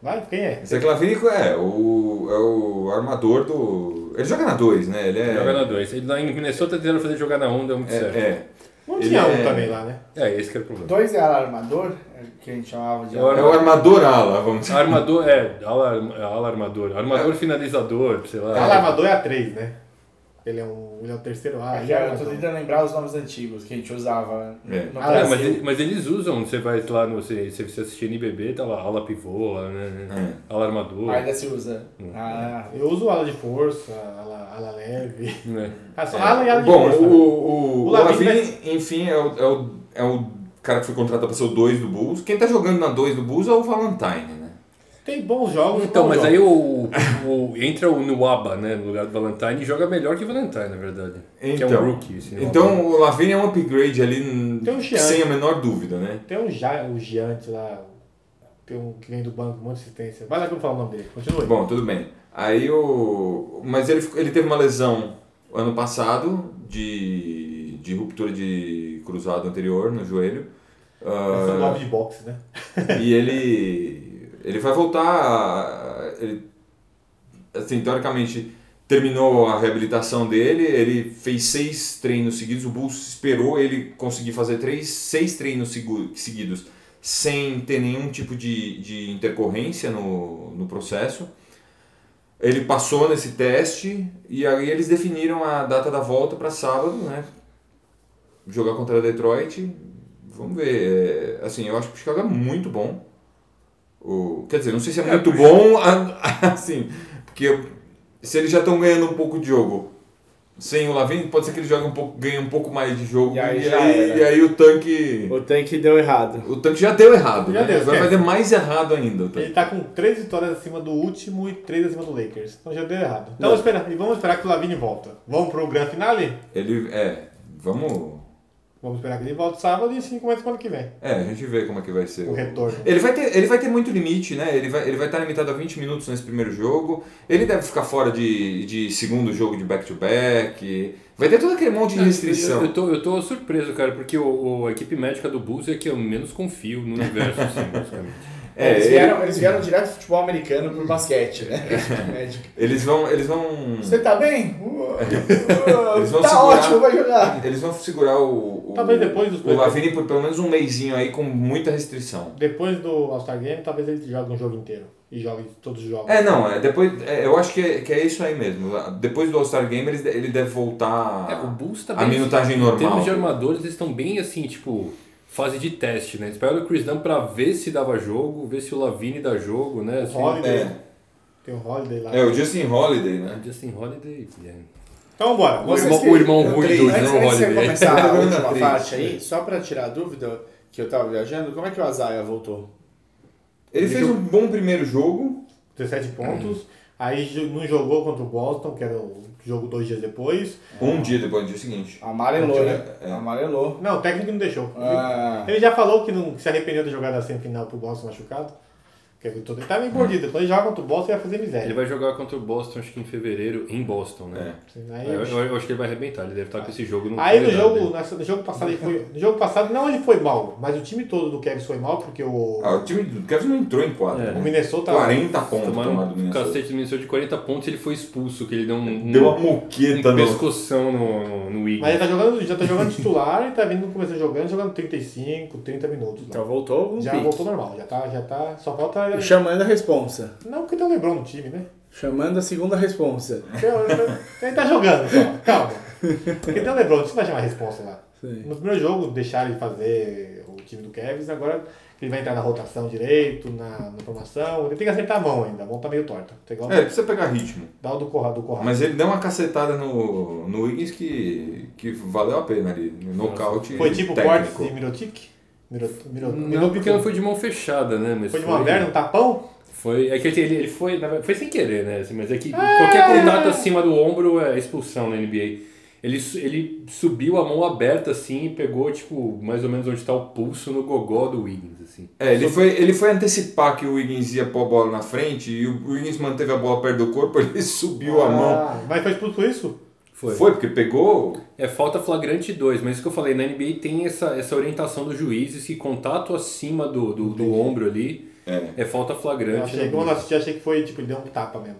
Speaker 3: Vai, quem é?
Speaker 1: Zach Lavine é o, é o armador do. Ele joga na 2, né? Ele é.
Speaker 4: Joga na 2. Ele lá em Minnesota tentando fazer jogar na onda, é muito
Speaker 1: é,
Speaker 4: certo. É.
Speaker 1: é.
Speaker 3: Não
Speaker 1: Ele
Speaker 3: tinha um
Speaker 1: é-
Speaker 3: também lá, né?
Speaker 4: esse que era o problema.
Speaker 2: Dois era armador, é, que a gente chamava de
Speaker 4: Eu
Speaker 1: É
Speaker 2: armador.
Speaker 1: o armador ala, vamos dizer.
Speaker 4: Armador, é, ala, ala armador. Armador finalizador, sei lá.
Speaker 3: O Alarmador é a 3, né? Ele é um, ele é o terceiro A. ele é
Speaker 2: Ah, eu tô
Speaker 3: armador.
Speaker 2: tentando lembrar os nomes antigos que a gente usava
Speaker 1: É.
Speaker 2: no
Speaker 3: Ah,
Speaker 4: É,
Speaker 2: Brasil.
Speaker 4: mas, ele- mas eles usam, você vai lá no. Se se você assistir NBB, tá lá ala pivô, ala, né, ala armador.
Speaker 2: Ainda se usa. Ah,
Speaker 3: Eu uso ala de força, ala, ala leve.
Speaker 4: né.
Speaker 3: Ah, só ala e ala de
Speaker 1: É. Bom,
Speaker 3: força.
Speaker 1: o, o,
Speaker 3: O
Speaker 1: o
Speaker 3: Lavine
Speaker 1: Lavine, enfim, é o, é, o, é o cara que foi contratado pra ser o 2 do Bulls. Quem tá jogando na 2 do Bulls é o Valentine, né?
Speaker 3: Tem bons jogos.
Speaker 4: Então,
Speaker 3: bons
Speaker 4: mas
Speaker 3: jogos.
Speaker 4: aí o, o- entra o Nuaba, né, no lugar do Valentine, e joga melhor que o Valentine, na verdade. que é
Speaker 1: Então.
Speaker 4: um rookie. esse Nuaba.
Speaker 1: Então o Lavine é um upgrade ali, n-
Speaker 3: Tem um Chiang.
Speaker 1: sem a menor dúvida, né?
Speaker 3: Tem um, ja, um Giante lá, tem um que vem do banco, um monte de assistência. Vai lá que eu falo o nome dele, continue.
Speaker 1: Bom, tudo bem. Aí o. Mas ele, ficou- ele teve uma lesão ano passado de, de ruptura de cruzado anterior no joelho.
Speaker 3: Esse é o
Speaker 1: Ah,
Speaker 3: nome de boxe, né?
Speaker 1: e ele. Ele vai voltar. a- Ele, assim, teoricamente terminou a reabilitação dele. Ele fez seis treinos seguidos. O Bulls esperou ele conseguir fazer três, seis treinos segu- seguidos sem ter nenhum tipo de, de intercorrência no, no processo. Ele passou nesse teste e aí eles definiram a data da volta para sábado, né? Jogar contra a Detroit. Vamos ver. é, assim, eu acho que o Chicago é muito bom. O, quer dizer, não sei se é, muito ah, bom, a- assim, porque se eles já estão ganhando um pouco de jogo sem o Lavine, pode ser que ele jogue um pouco, ganhe um pouco mais de jogo.
Speaker 2: E aí
Speaker 1: e,
Speaker 2: já
Speaker 1: aí,
Speaker 2: era.
Speaker 1: e aí o tanque.
Speaker 2: O tanque deu errado.
Speaker 1: O tanque já deu errado.
Speaker 3: Já
Speaker 1: né?
Speaker 3: deu,
Speaker 1: Vai
Speaker 3: esquece.
Speaker 1: fazer mais errado ainda o
Speaker 3: Ele
Speaker 1: tanque.
Speaker 3: tá com três vitórias acima do último e três acima do Lakers. Então já deu errado. Então espera, e vamos esperar que o Lavine volta. Vamos pro Grand Finale?
Speaker 1: Ele. É. Vamos.
Speaker 3: Vamos esperar que ele volte sábado e assim começa quando que vem.
Speaker 1: É, a gente vê como é que vai ser.
Speaker 3: O retorno.
Speaker 1: Ele vai, ter, ele vai ter muito limite, né? Ele vai, ele vai estar limitado a 20 minutos nesse primeiro jogo. Ele deve ficar fora de, de segundo jogo de back-to-back. Vai ter todo aquele monte de restrição.
Speaker 4: Ah, Eu, eu, tô, eu tô surpreso, cara, porque o, o- a equipe médica do Bulls é que eu menos confio no universo, assim, basicamente.
Speaker 1: É,
Speaker 2: eles,
Speaker 1: ele-
Speaker 2: vieram, eles vieram direto do futebol americano pro basquete, né?
Speaker 1: É.
Speaker 2: Médico.
Speaker 1: eles vão. Eles vão.
Speaker 2: Você tá bem? Uh, uh,
Speaker 1: Eles vão
Speaker 2: tá
Speaker 1: segurar.
Speaker 2: ótimo, vai jogar.
Speaker 1: Eles vão segurar o. o
Speaker 3: Talvez depois dos
Speaker 1: O Lavini por pelo menos um mêsinho aí com muita restrição.
Speaker 3: Depois do All-Star Game, talvez ele jogue um jogo inteiro. E jogue todos os jogos.
Speaker 1: É, não, é depois. é, eu acho que é, que é isso aí mesmo. Depois do All-Star Game eles- ele, deve voltar.
Speaker 4: É, o Bulls tá
Speaker 1: A
Speaker 4: bem-
Speaker 1: minutagem
Speaker 4: Em termos
Speaker 1: normal.
Speaker 4: de armadores, eles estão bem assim, tipo, fase de teste, né? Espera o Chris Dunn pra ver se dava jogo, ver se o Lavine dá jogo, né? Assim,
Speaker 3: um Holiday.
Speaker 1: É.
Speaker 3: Tem o Holiday lá.
Speaker 1: É, o Justin Holiday, né?
Speaker 4: Justin Holiday. yeah.
Speaker 3: Então bora.
Speaker 4: O
Speaker 2: Vocês
Speaker 4: irmão-
Speaker 2: que-
Speaker 4: o irmão
Speaker 2: eu
Speaker 4: ruim
Speaker 2: tenho-
Speaker 4: do-
Speaker 2: antes-
Speaker 4: não,
Speaker 2: antes de
Speaker 4: Holiday.
Speaker 2: começar a última
Speaker 1: Triste.
Speaker 2: parte aí, só pra tirar a dúvida que eu tava viajando, como é que o Azaia voltou?
Speaker 1: Ele fez um bom primeiro jogo.
Speaker 3: 17 pontos. Aí jo- não jogou contra o Boston, que era o jogo dois dias depois.
Speaker 1: Um dia depois, do dia seguinte.
Speaker 2: Amarelou, né?
Speaker 1: É.
Speaker 2: Amarelou.
Speaker 3: Não, o técnico não deixou.
Speaker 2: Ah.
Speaker 3: Ele já falou que não que se arrependeu de jogar da semifinal pro Boston machucado. Que ele todo- ele tá meio mordido. Quando ele joga contra o Boston, ele vai fazer
Speaker 4: Ele
Speaker 3: miséria.
Speaker 4: vai jogar contra o Boston, acho que em fevereiro, em Boston,
Speaker 1: É.
Speaker 4: né?
Speaker 3: Aí,
Speaker 4: Eu, eu- eu acho que ele vai arrebentar, ele deve estar com esse jogo no né?
Speaker 3: aí no,
Speaker 4: calendário
Speaker 3: jogo,
Speaker 4: dele.
Speaker 3: nessa- no jogo passado ele foi. No jogo passado não ele foi mal, mas o time todo do Kevin foi mal, porque o,
Speaker 1: Ah, o time do Cavs não entrou em quadra.
Speaker 4: É.
Speaker 1: né?
Speaker 3: o Minnesota.
Speaker 1: 40 pontos
Speaker 4: Tomaram
Speaker 1: tomado do
Speaker 4: um
Speaker 1: Minnesota.
Speaker 4: cacete do Minnesota de 40 pontos ele foi expulso, que ele deu um,
Speaker 1: Deu uma
Speaker 4: um,
Speaker 1: moqueta
Speaker 4: um
Speaker 1: no...
Speaker 4: pescoção no, no, no Wiggins.
Speaker 3: Mas ele tá jogando, já tá jogando titular e tá vindo começando jogando, jogando 35, 30 minutos. lá.
Speaker 2: Então voltou um
Speaker 3: já
Speaker 2: pique.
Speaker 3: voltou normal, já tá, já tá. Só falta.
Speaker 2: E Chamando a responsa.
Speaker 3: Não que tem o Lebron no time, né?
Speaker 2: Chamando a segunda responsa.
Speaker 3: Ele tá jogando só, calma. Porque tem o Lebron, você vai chamar a resposta lá.
Speaker 2: Sim.
Speaker 3: No primeiro jogo, deixaram ele fazer o time do Kevs, agora ele vai entrar na rotação direito, na, na formação. Ele tem que acertar a mão ainda, a mão tá meio torta. Tá igual
Speaker 1: É, ele precisa pegar ritmo.
Speaker 3: dá o do Corrado, do Corrado.
Speaker 1: Mas ele deu uma cacetada no, no Wiggins que, que valeu a pena ali. No nocaute
Speaker 3: Foi tipo
Speaker 1: técnico.
Speaker 3: cortes de Mirotic? Mirot, Mirot,
Speaker 4: Não, porque não foi de mão fechada, né? Mas
Speaker 3: Foi de uma perna, um tapão?
Speaker 4: Foi, é que ele, ele foi, na verdade, foi sem querer, né? assim, Mas é que qualquer contato acima do ombro é expulsão na NBA. Ele, su- ele subiu a mão aberta assim e pegou, tipo, mais ou menos onde está o pulso no gogó do Wiggins, assim.
Speaker 1: É, ele foi, ele foi antecipar que o Wiggins ia pôr a bola na frente e o Wiggins manteve a bola perto do corpo, ele subiu a mão.
Speaker 3: Ah, Mas foi expulso isso?
Speaker 4: Foi.
Speaker 1: Foi, porque pegou.
Speaker 4: É falta flagrante 2, mas isso que eu falei, na NBA tem essa, essa orientação dos juízes que contato acima do, do, do ombro ali
Speaker 1: É.
Speaker 4: é falta
Speaker 3: Eu
Speaker 4: flagrante.
Speaker 3: achei,
Speaker 4: né?
Speaker 3: quando eu assisti, achei que foi, tipo, ele deu um tapa mesmo.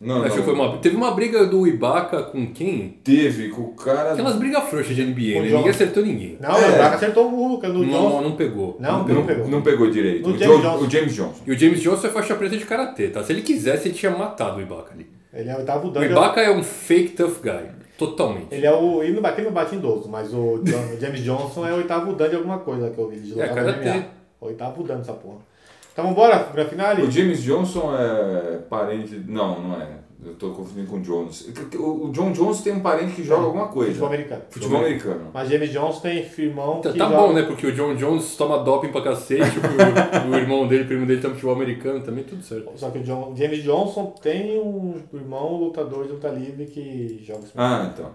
Speaker 1: Não,
Speaker 4: Eu
Speaker 1: não.
Speaker 4: acho que foi uma, teve uma briga do Ibaka com quem?
Speaker 1: Teve com o cara.
Speaker 4: Aquelas brigas frouxas de NBA,
Speaker 3: Com
Speaker 4: né?
Speaker 3: John.
Speaker 4: Ninguém acertou ninguém.
Speaker 3: Não,
Speaker 1: É.
Speaker 3: o Ibaka acertou o Lucas no
Speaker 4: Não, não,
Speaker 3: Johnson.
Speaker 4: não pegou.
Speaker 3: Não, não,
Speaker 1: não,
Speaker 4: né?
Speaker 3: pegou.
Speaker 1: não pegou direito.
Speaker 3: O
Speaker 1: O,
Speaker 3: James
Speaker 1: Jo-
Speaker 3: Johnson.
Speaker 1: o James Johnson.
Speaker 4: E o James Johnson é faixa preta de karatê, tá? Se ele quisesse, ele tinha matado o Ibaka ali.
Speaker 3: Ele é o oitavo
Speaker 4: O
Speaker 3: Dungeon.
Speaker 4: Ibaka é um fake tough guy. Totalmente.
Speaker 3: Ele é o. Ele não bate, ele não bate em 12, mas o John- James Johnson é o oitavo Dan de alguma coisa que eu vi. De
Speaker 4: É,
Speaker 3: lutador
Speaker 4: cara,
Speaker 3: de MMA.
Speaker 4: tem.
Speaker 3: Oitavo Dan dessa porra. Então vambora pra finale?
Speaker 1: O James Johnson é parente. Não, não é. Eu tô confundindo com o Jones. O o John Jones tem um parente que joga alguma
Speaker 3: Futebol
Speaker 1: coisa.
Speaker 3: americano.
Speaker 1: Futebol americano.
Speaker 3: Mas James Johnson tem irmão
Speaker 4: Tá,
Speaker 3: que
Speaker 4: tá
Speaker 3: joga-
Speaker 4: bom, né? Porque o John Jones toma doping pra cacete, o, o irmão dele, o primo dele tá no futebol americano também, tudo certo.
Speaker 3: Só que o John- James Johnson tem um irmão lutador de luta livre que joga esse
Speaker 1: Ah, então.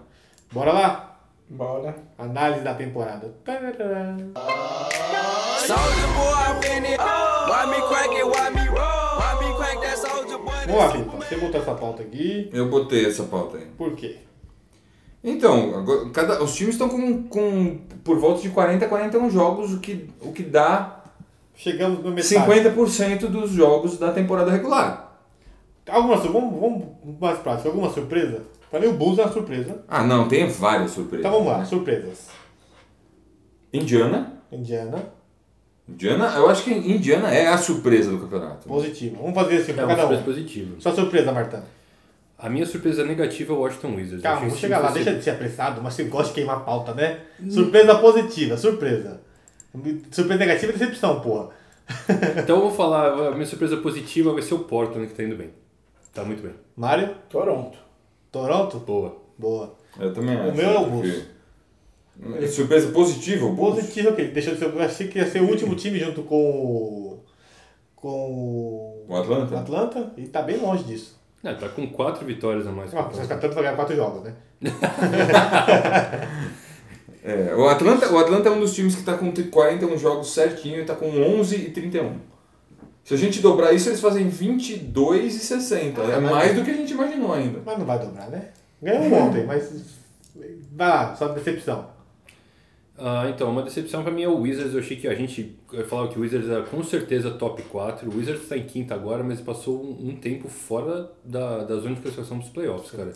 Speaker 3: Bora lá!
Speaker 2: Bora.
Speaker 3: Análise da temporada. Tarará.
Speaker 8: Soldier boy, I'm in it. Why me crack it? Why me roll? Why me crack that soldier boy?
Speaker 3: Vamos lá, Pipa. Você botou essa pauta aqui.
Speaker 1: Eu botei essa pauta aí.
Speaker 3: Por quê?
Speaker 1: Então, agora, cada, os times estão com, com por volta de 40 a 41 jogos, o que, o que dá
Speaker 3: Chegamos no metade.
Speaker 1: 50% dos jogos da temporada regular.
Speaker 3: Alguma surpresa? Vamos, vamos mais prático. Alguma surpresa? Pra mim o Bulls é uma surpresa.
Speaker 1: Ah, não, tem várias surpresas.
Speaker 3: Então vamos lá,
Speaker 4: Uhum.
Speaker 1: né?
Speaker 3: surpresas.
Speaker 1: Indiana.
Speaker 3: Indiana,
Speaker 1: Indiana, eu acho que Indiana é a surpresa do campeonato.
Speaker 3: positivo. Vamos fazer assim
Speaker 4: É
Speaker 3: pra
Speaker 4: uma
Speaker 3: cada
Speaker 4: surpresa
Speaker 3: um.
Speaker 4: positiva.
Speaker 3: Sua surpresa, Martã.
Speaker 4: A minha surpresa negativa é o Washington Wizards.
Speaker 3: Calma,
Speaker 4: Achei
Speaker 3: vou
Speaker 4: que
Speaker 3: chegar lá.
Speaker 4: você- Hum.
Speaker 3: Deixa de ser apressado, mas você gosta de queimar a pauta, né? Surpresa positiva, surpresa. Surpresa negativa é decepção, porra.
Speaker 4: Então eu vou falar, a minha surpresa positiva vai ser o Portland, que tá indo bem. Tá muito bem.
Speaker 3: Mário,
Speaker 2: Toronto.
Speaker 3: Toronto,
Speaker 4: Boa.
Speaker 3: Boa.
Speaker 1: Eu também
Speaker 3: O
Speaker 1: acho.
Speaker 3: meu é o
Speaker 1: porque- É Surpresa positiva, o Bulls.
Speaker 3: Positivo que ele deixou de ser. Eu achei que ia ser o último time junto com o. Com
Speaker 1: O Atlanta?
Speaker 3: Atlanta e tá bem longe disso.
Speaker 4: Não, tá com quatro vitórias a mais. que o
Speaker 3: Ah,
Speaker 4: Bulls.
Speaker 3: mas o Atlanta vai ganhar quatro jogos, né?
Speaker 1: É, o, Atlanta, o Atlanta é um dos times que tá com 41 jogos certinho e tá com 11 e 31. Se a gente dobrar isso, eles fazem 22 e 60.
Speaker 3: Ah,
Speaker 1: é
Speaker 3: mas-
Speaker 1: mais do que a gente imaginou ainda.
Speaker 3: Mas não vai dobrar, né? Ganhou um ontem, mas. Vai lá, só decepção.
Speaker 4: Ah, então, uma decepção pra mim é o Wizards. Eu achei que a gente. Eu falava que o Wizards era com certeza top 4. O Wizards tá em quinta agora, mas passou um, um tempo fora da, da zona de classificação dos playoffs, cara.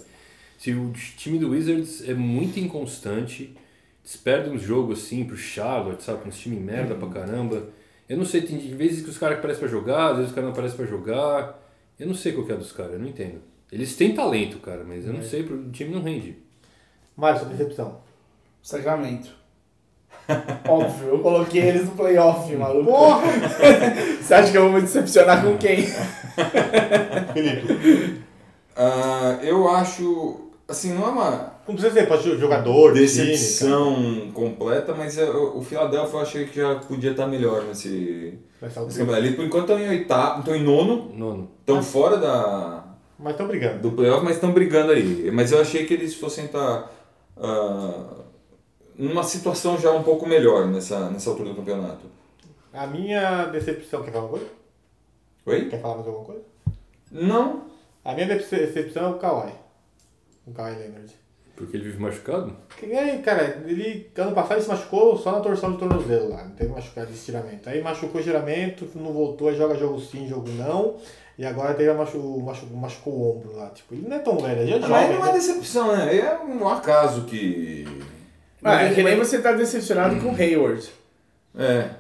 Speaker 4: Se o time do Wizards é muito inconstante, eles perdem um jogo assim pro Charlotte, sabe? Com um time merda
Speaker 2: Uhum.
Speaker 4: pra caramba. Eu não sei, tem vezes que os caras aparecem pra jogar, às vezes os caras não aparecem pra jogar. Eu não sei qual que é dos caras, eu não entendo. Eles têm talento, cara, mas eu não sei, o time não rende.
Speaker 3: Mário, sua decepção.
Speaker 2: Sacramento. Óbvio, eu coloquei eles no playoff, maluco. Você acha que eu vou me decepcionar com quem?
Speaker 1: Ah, eu acho. Assim, não é uma
Speaker 3: Não precisa ser, pode ser jogador, time.
Speaker 1: decepção completa, mas eu- o Philadelphia eu achei que já podia estar melhor nesse.
Speaker 3: cara. Vai sair o
Speaker 1: nesse
Speaker 3: tempo.
Speaker 1: campeonato. Eles, por enquanto, estão em oitavo, estão em nono,
Speaker 4: Nono.
Speaker 1: estão fora da,
Speaker 3: Mas estão brigando.
Speaker 1: do playoff, mas estão brigando aí. Mas eu achei que eles fossem estar ah, numa situação já um pouco melhor nessa, nessa altura do campeonato.
Speaker 3: A minha decepção. Quer falar alguma coisa?
Speaker 1: Oi?
Speaker 3: Quer falar mais alguma coisa?
Speaker 1: Não.
Speaker 3: A minha decep- decepção é o Kawhi. O Kawhi Leonard.
Speaker 4: Porque ele vive machucado?
Speaker 3: Que nem, cara, ele ano passado ele se machucou só na torção de tornozelo lá, não teve machucado de estiramento. Aí machucou o estiramento, não voltou, aí joga jogo sim, jogo não. E agora teve a machu, machu, machucou o ombro lá. Tipo, ele não é tão velho, ele é
Speaker 1: Ah,
Speaker 3: jovem.
Speaker 1: Mas não é
Speaker 3: né?
Speaker 1: decepção, né? É um acaso que.
Speaker 2: Ah, é que nem você tá decepcionado com o Hayward.
Speaker 1: É.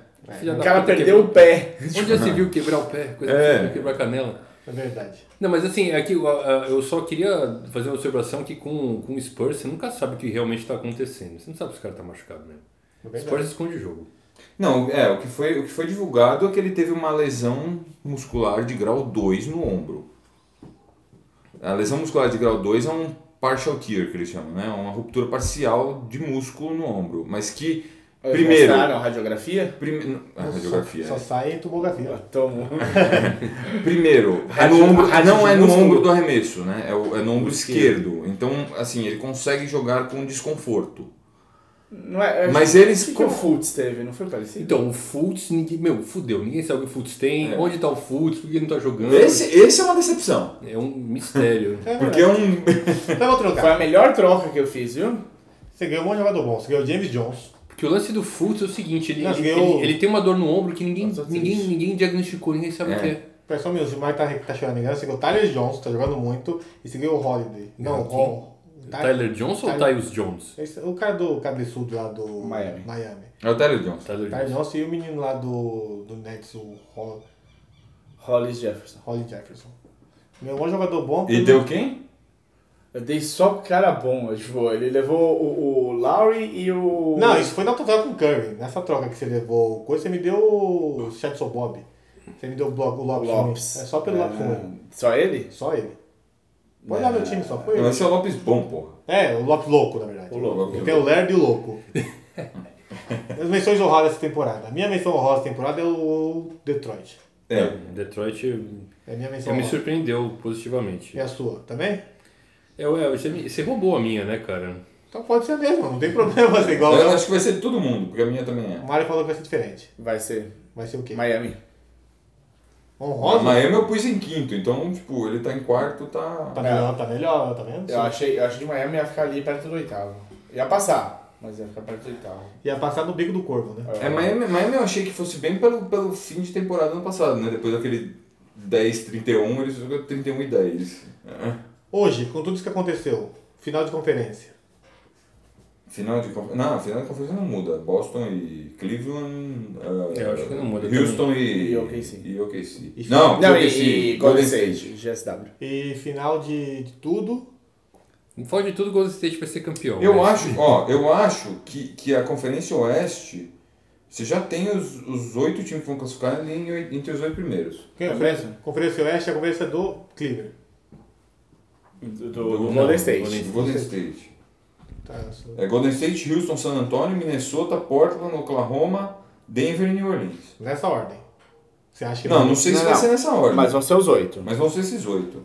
Speaker 4: Filha
Speaker 2: O
Speaker 4: da
Speaker 2: cara
Speaker 4: puta,
Speaker 2: perdeu
Speaker 4: quebrou-
Speaker 2: o pé.
Speaker 4: Onde já se viu quebrar o pé? Coisa
Speaker 1: É.
Speaker 4: que quebrar a canela.
Speaker 3: É verdade.
Speaker 4: Não, mas assim, é que eu, ah, eu só queria fazer uma observação que com, com o Spurs você nunca sabe o que realmente está acontecendo. Você não sabe se o cara tá machucado mesmo.
Speaker 3: É
Speaker 4: O
Speaker 3: verdade.
Speaker 4: Spurs esconde o jogo.
Speaker 1: Não, é, o que, foi, o que foi divulgado é que ele teve uma lesão muscular de grau 2 no ombro. A lesão muscular de grau 2 é um partial tear, que eles chamam, né? Uma ruptura parcial de músculo no ombro. Mas que,
Speaker 2: É,
Speaker 1: primeiro...
Speaker 2: Mostraram a radiografia?
Speaker 1: prime- A radiografia,
Speaker 3: Só,
Speaker 1: é.
Speaker 3: só sai em
Speaker 2: Ah,
Speaker 3: tomografia.
Speaker 2: Tomo.
Speaker 1: Primeiro, é
Speaker 2: Rádio-
Speaker 1: no ombro,
Speaker 2: rádio
Speaker 1: não é no
Speaker 2: músculo.
Speaker 1: ombro do arremesso, né? É, o- é no ombro esquerdo. Então, assim, ele consegue jogar com desconforto.
Speaker 2: Não é, é-
Speaker 1: Mas eles
Speaker 2: O que, que
Speaker 1: com-
Speaker 2: o Fultz teve? Não foi parecido?
Speaker 4: Então, o Fultz, ninguém, meu, fudeu. Ninguém sabe o que o Fultz tem,
Speaker 1: É.
Speaker 4: onde tá o Fultz, por que ele não tá jogando.
Speaker 1: Esse, esse é uma decepção.
Speaker 4: É um mistério.
Speaker 3: É
Speaker 1: Porque é um.
Speaker 3: Então eu vou
Speaker 2: Foi
Speaker 3: trocar.
Speaker 2: a melhor troca que eu fiz, viu?
Speaker 3: Você ganhou um monte de jogador bom. Você ganhou o James Jones.
Speaker 4: Porque o lance do Fultz é o seguinte, ele,
Speaker 3: Não,
Speaker 4: ele,
Speaker 3: eu-
Speaker 4: ele- ele tem uma dor no ombro que ninguém,
Speaker 2: Eu tô triste.
Speaker 4: ninguém, ninguém diagnosticou, ninguém sabe
Speaker 1: É.
Speaker 4: o que é.
Speaker 3: Pera só um minuto, o Mário tá, tá chorando engano. Você ganhou o Tyler Jones, tá jogando muito. E você ganhou o Holiday. Não,
Speaker 4: Não, quem?
Speaker 3: o
Speaker 4: Tyler Johnson ou
Speaker 3: Tá- Tyler-
Speaker 4: Tyus Jones?
Speaker 3: Esse- é O cara do cabeçudo lá do
Speaker 2: Miami.
Speaker 3: Miami.
Speaker 1: É o Tyler Johnson.
Speaker 4: Tyler
Speaker 3: Tá,
Speaker 4: Johnson.
Speaker 3: nossa, e o menino lá do, do Nets, o Ho-
Speaker 2: Hollis Jefferson.
Speaker 3: Holly Jefferson. Meu maior jogador bom.
Speaker 1: E deu quem?
Speaker 2: Eu dei só cara bom, eu tipo, ele levou o, o Lowry e o...
Speaker 3: Não, isso foi na tua troca com o Curry. Nessa troca que você levou o coisa, você me deu o Chatson Bob. Você me deu o bloco, o Lopes.
Speaker 2: Lopes.
Speaker 3: É só pelo Lopes.
Speaker 2: Ah, Só ele?
Speaker 3: Só ele. Põe lá meu time, só foi
Speaker 1: Não,
Speaker 3: ele.
Speaker 1: esse é o Lopes bom, porra.
Speaker 3: É, o Lopes louco, na verdade.
Speaker 2: O Lobo.
Speaker 3: Tem o Lerdo e o Louco. As menções honrosas dessa temporada. A minha menção honrosa dessa temporada é o Detroit.
Speaker 1: É.
Speaker 4: Detroit eh,
Speaker 3: É a minha menção
Speaker 4: me
Speaker 3: honrosa.
Speaker 4: surpreendeu positivamente.
Speaker 3: E a sua, também?
Speaker 4: É, ué, você, me- você roubou a minha, né, cara?
Speaker 3: Então pode ser mesmo, não tem problema ser igual.
Speaker 1: Eu
Speaker 3: eu.
Speaker 1: acho que vai ser de todo mundo, porque a minha também
Speaker 3: O
Speaker 1: é.
Speaker 3: Mário falou que vai ser diferente.
Speaker 2: Vai ser
Speaker 3: Vai ser o quê?
Speaker 2: Miami.
Speaker 1: A
Speaker 3: Honrosa?
Speaker 1: Miami eu pus em quinto, então, tipo, ele tá em quarto, tá.
Speaker 3: Tá melhor, tá melhor, tá vendo?
Speaker 2: Eu achei, eu achei que Miami ia ficar ali perto do oitavo. Ia passar, mas ia ficar perto do oitavo.
Speaker 3: Ia passar no bico do corvo, né?
Speaker 1: É, Miami, Miami eu achei que fosse bem pelo, pelo fim de temporada ano passado, né? Depois daquele 10-31, eles jogam 31 e 10. É.
Speaker 3: Hoje, com tudo isso que aconteceu, final de conferência.
Speaker 1: Final de conferência. Não, final de conferência não muda. Boston e Cleveland. ah,
Speaker 4: Eu acho que não muda
Speaker 1: Houston e.
Speaker 2: E OKC.
Speaker 1: E OKC.
Speaker 3: E-
Speaker 1: não,
Speaker 2: Não,
Speaker 1: OKC,
Speaker 2: e, e Golden State, GSW.
Speaker 3: E final de, de tudo.
Speaker 4: Fora de tudo, Golden State vai tipo, ser campeão.
Speaker 1: Eu
Speaker 4: mas-
Speaker 1: acho, ó, eu acho que, que a Conferência Oeste. Você já tem os os oito times que vão classificar ali em oi- entre os oito primeiros.
Speaker 3: Quem
Speaker 2: É
Speaker 3: oferece?
Speaker 2: mesmo?
Speaker 3: Conferência Oeste, a conferência do Cleveland.
Speaker 2: Do, do- do
Speaker 1: Não,
Speaker 2: Golden State.
Speaker 1: Golden, Golden State.
Speaker 3: Tá, eu sou-
Speaker 1: É Golden State, Houston, San Antonio, Minnesota, Portland, Oklahoma, Denver e New Orleans.
Speaker 3: Nessa ordem. Você acha que
Speaker 1: Não, não sei se
Speaker 2: Não,
Speaker 1: vai
Speaker 2: não.
Speaker 1: ser nessa ordem.
Speaker 2: Mas
Speaker 1: Mas,
Speaker 2: vão ser os oito.
Speaker 1: vão ser esses oito.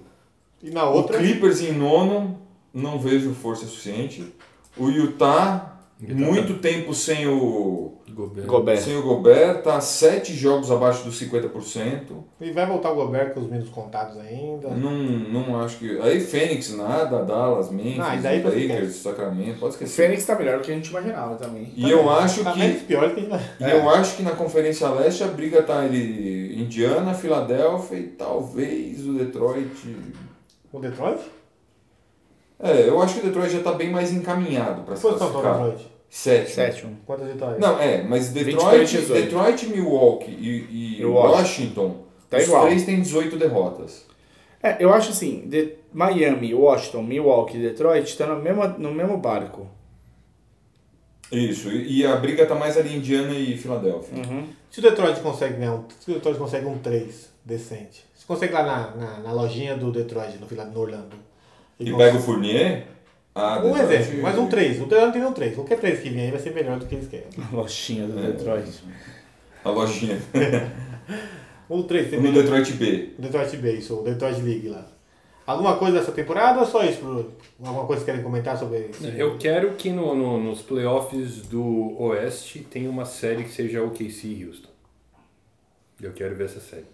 Speaker 3: E na
Speaker 1: O
Speaker 3: outra.
Speaker 1: Clippers em nono, não vejo força suficiente. O
Speaker 3: tá
Speaker 1: Utah,
Speaker 4: Utah
Speaker 1: muito tempo sem o,
Speaker 4: Gobert.
Speaker 2: Gobert.
Speaker 1: sem o Gobert, tá sete jogos abaixo dos 50%.
Speaker 3: E vai voltar o Gobert com os menos contados ainda.
Speaker 1: Não, não acho que. Aí Fênix, nada, Dallas, Memphis,
Speaker 3: Ah, e daí você
Speaker 1: Lakers, Sacramento, pode
Speaker 2: O
Speaker 1: esquecer.
Speaker 2: Fênix tá melhor do que a gente imaginava também.
Speaker 1: E eu acho
Speaker 3: Tá
Speaker 1: que
Speaker 3: menos pior que ainda.
Speaker 1: E eu acho que na Conferência Leste a briga tá entre Indiana, Filadélfia e talvez o Detroit.
Speaker 3: O Detroit?
Speaker 1: É, eu acho que o Detroit já tá bem mais encaminhado pra
Speaker 3: Que
Speaker 1: se
Speaker 3: posição tá o
Speaker 1: classificar.
Speaker 3: Detroit?
Speaker 1: Sétimo.
Speaker 2: Sétimo.
Speaker 3: Quantas vitórias?
Speaker 1: Não, é, mas
Speaker 2: 23,
Speaker 1: Detroit,
Speaker 2: 18.
Speaker 1: Detroit Milwaukee e, e
Speaker 2: E o Washington.
Speaker 1: Washington,
Speaker 2: Tá
Speaker 1: os
Speaker 2: igual.
Speaker 1: três têm 18 derrotas.
Speaker 2: É, eu acho assim, de Miami, Washington, Milwaukee e Detroit estão no mesmo, no mesmo barco.
Speaker 1: Isso, e e a briga tá mais ali Indiana e Filadélfia.
Speaker 3: Se o Detroit consegue ganhar um. Se o Detroit consegue um 3 decente. Se consegue lá na, na, na lojinha do Detroit, no, Vila- no Orlando.
Speaker 1: E
Speaker 3: consegue-
Speaker 1: pega o Fournier. Ah,
Speaker 3: Um
Speaker 1: Detroit-
Speaker 3: exemplo, mas um 3. O Detroit não tem nenhum 3. Qualquer 3 que vier aí vai ser melhor do que eles querem.
Speaker 2: Lochinha do
Speaker 1: É.
Speaker 2: Detroit.
Speaker 1: A lojinha.
Speaker 3: O 3 Um tem
Speaker 1: no
Speaker 3: melhor.
Speaker 1: Detroit B.
Speaker 3: O Detroit Base, ou Detroit League lá. Alguma coisa dessa temporada ou só isso, Bruno? Alguma coisa que querem comentar sobre isso?
Speaker 4: Eu quero que no- no- nos playoffs do Oeste tenha uma série que seja OKC e Houston. Eu quero ver essa série.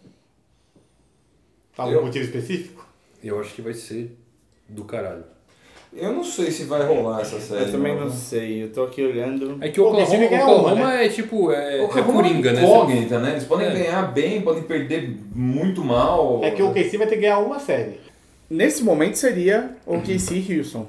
Speaker 3: Algum
Speaker 1: Eu-
Speaker 3: um motivo específico?
Speaker 4: Eu acho que vai ser do caralho.
Speaker 1: Eu não sei se vai rolar essa série.
Speaker 2: Eu também não
Speaker 1: mano.
Speaker 2: sei, eu tô aqui olhando.
Speaker 4: É que o
Speaker 3: Pô,
Speaker 4: Oklahoma,
Speaker 3: decide ganhar
Speaker 4: Oklahoma
Speaker 3: uma,
Speaker 4: é tipo. É,
Speaker 1: O
Speaker 4: é coringa, né?
Speaker 1: incógnita, né? Eles podem
Speaker 4: É.
Speaker 1: ganhar bem, podem perder muito mal.
Speaker 3: É que o KC vai ter que ganhar uma série.
Speaker 2: Nesse momento seria o KC e Houston.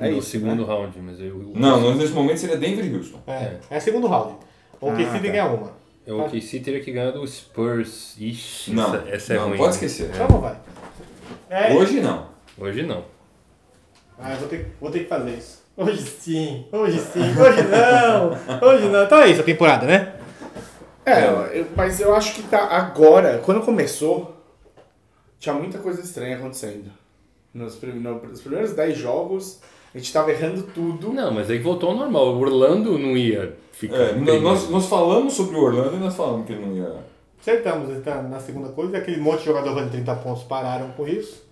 Speaker 2: É
Speaker 4: no
Speaker 2: isso. né?
Speaker 4: segundo round, mas eu.
Speaker 1: Não, não, nesse momento seria Denver e Houston.
Speaker 3: É, é segundo round. O
Speaker 2: Ah,
Speaker 3: KC tem que
Speaker 2: tá.
Speaker 3: ganhar uma.
Speaker 4: É o OKC teria que ganhar do Spurs. Ixi,
Speaker 1: Não,
Speaker 4: essa, essa é
Speaker 1: não,
Speaker 4: ruim.
Speaker 1: pode esquecer.
Speaker 3: Então não vai. É.
Speaker 1: Hoje não.
Speaker 4: Hoje não.
Speaker 3: Ah, eu vou ter, vou ter que fazer isso. Hoje sim, hoje sim, hoje não, hoje não. Então é isso a temporada, né?
Speaker 2: É, eu- mas eu acho que tá agora, quando começou, tinha muita coisa estranha acontecendo. Nos, prim- no- nos primeiros 10 jogos, a gente tava errando tudo.
Speaker 4: Não, mas aí voltou ao normal. O Orlando não ia ficar.
Speaker 1: É,
Speaker 4: em
Speaker 1: nós-
Speaker 4: primeiro.
Speaker 1: nós, nós falamos sobre o Orlando e nós falamos que ele não ia.
Speaker 3: Acertamos então, na segunda coisa. Aquele monte de jogador valendo 30 pontos pararam com isso.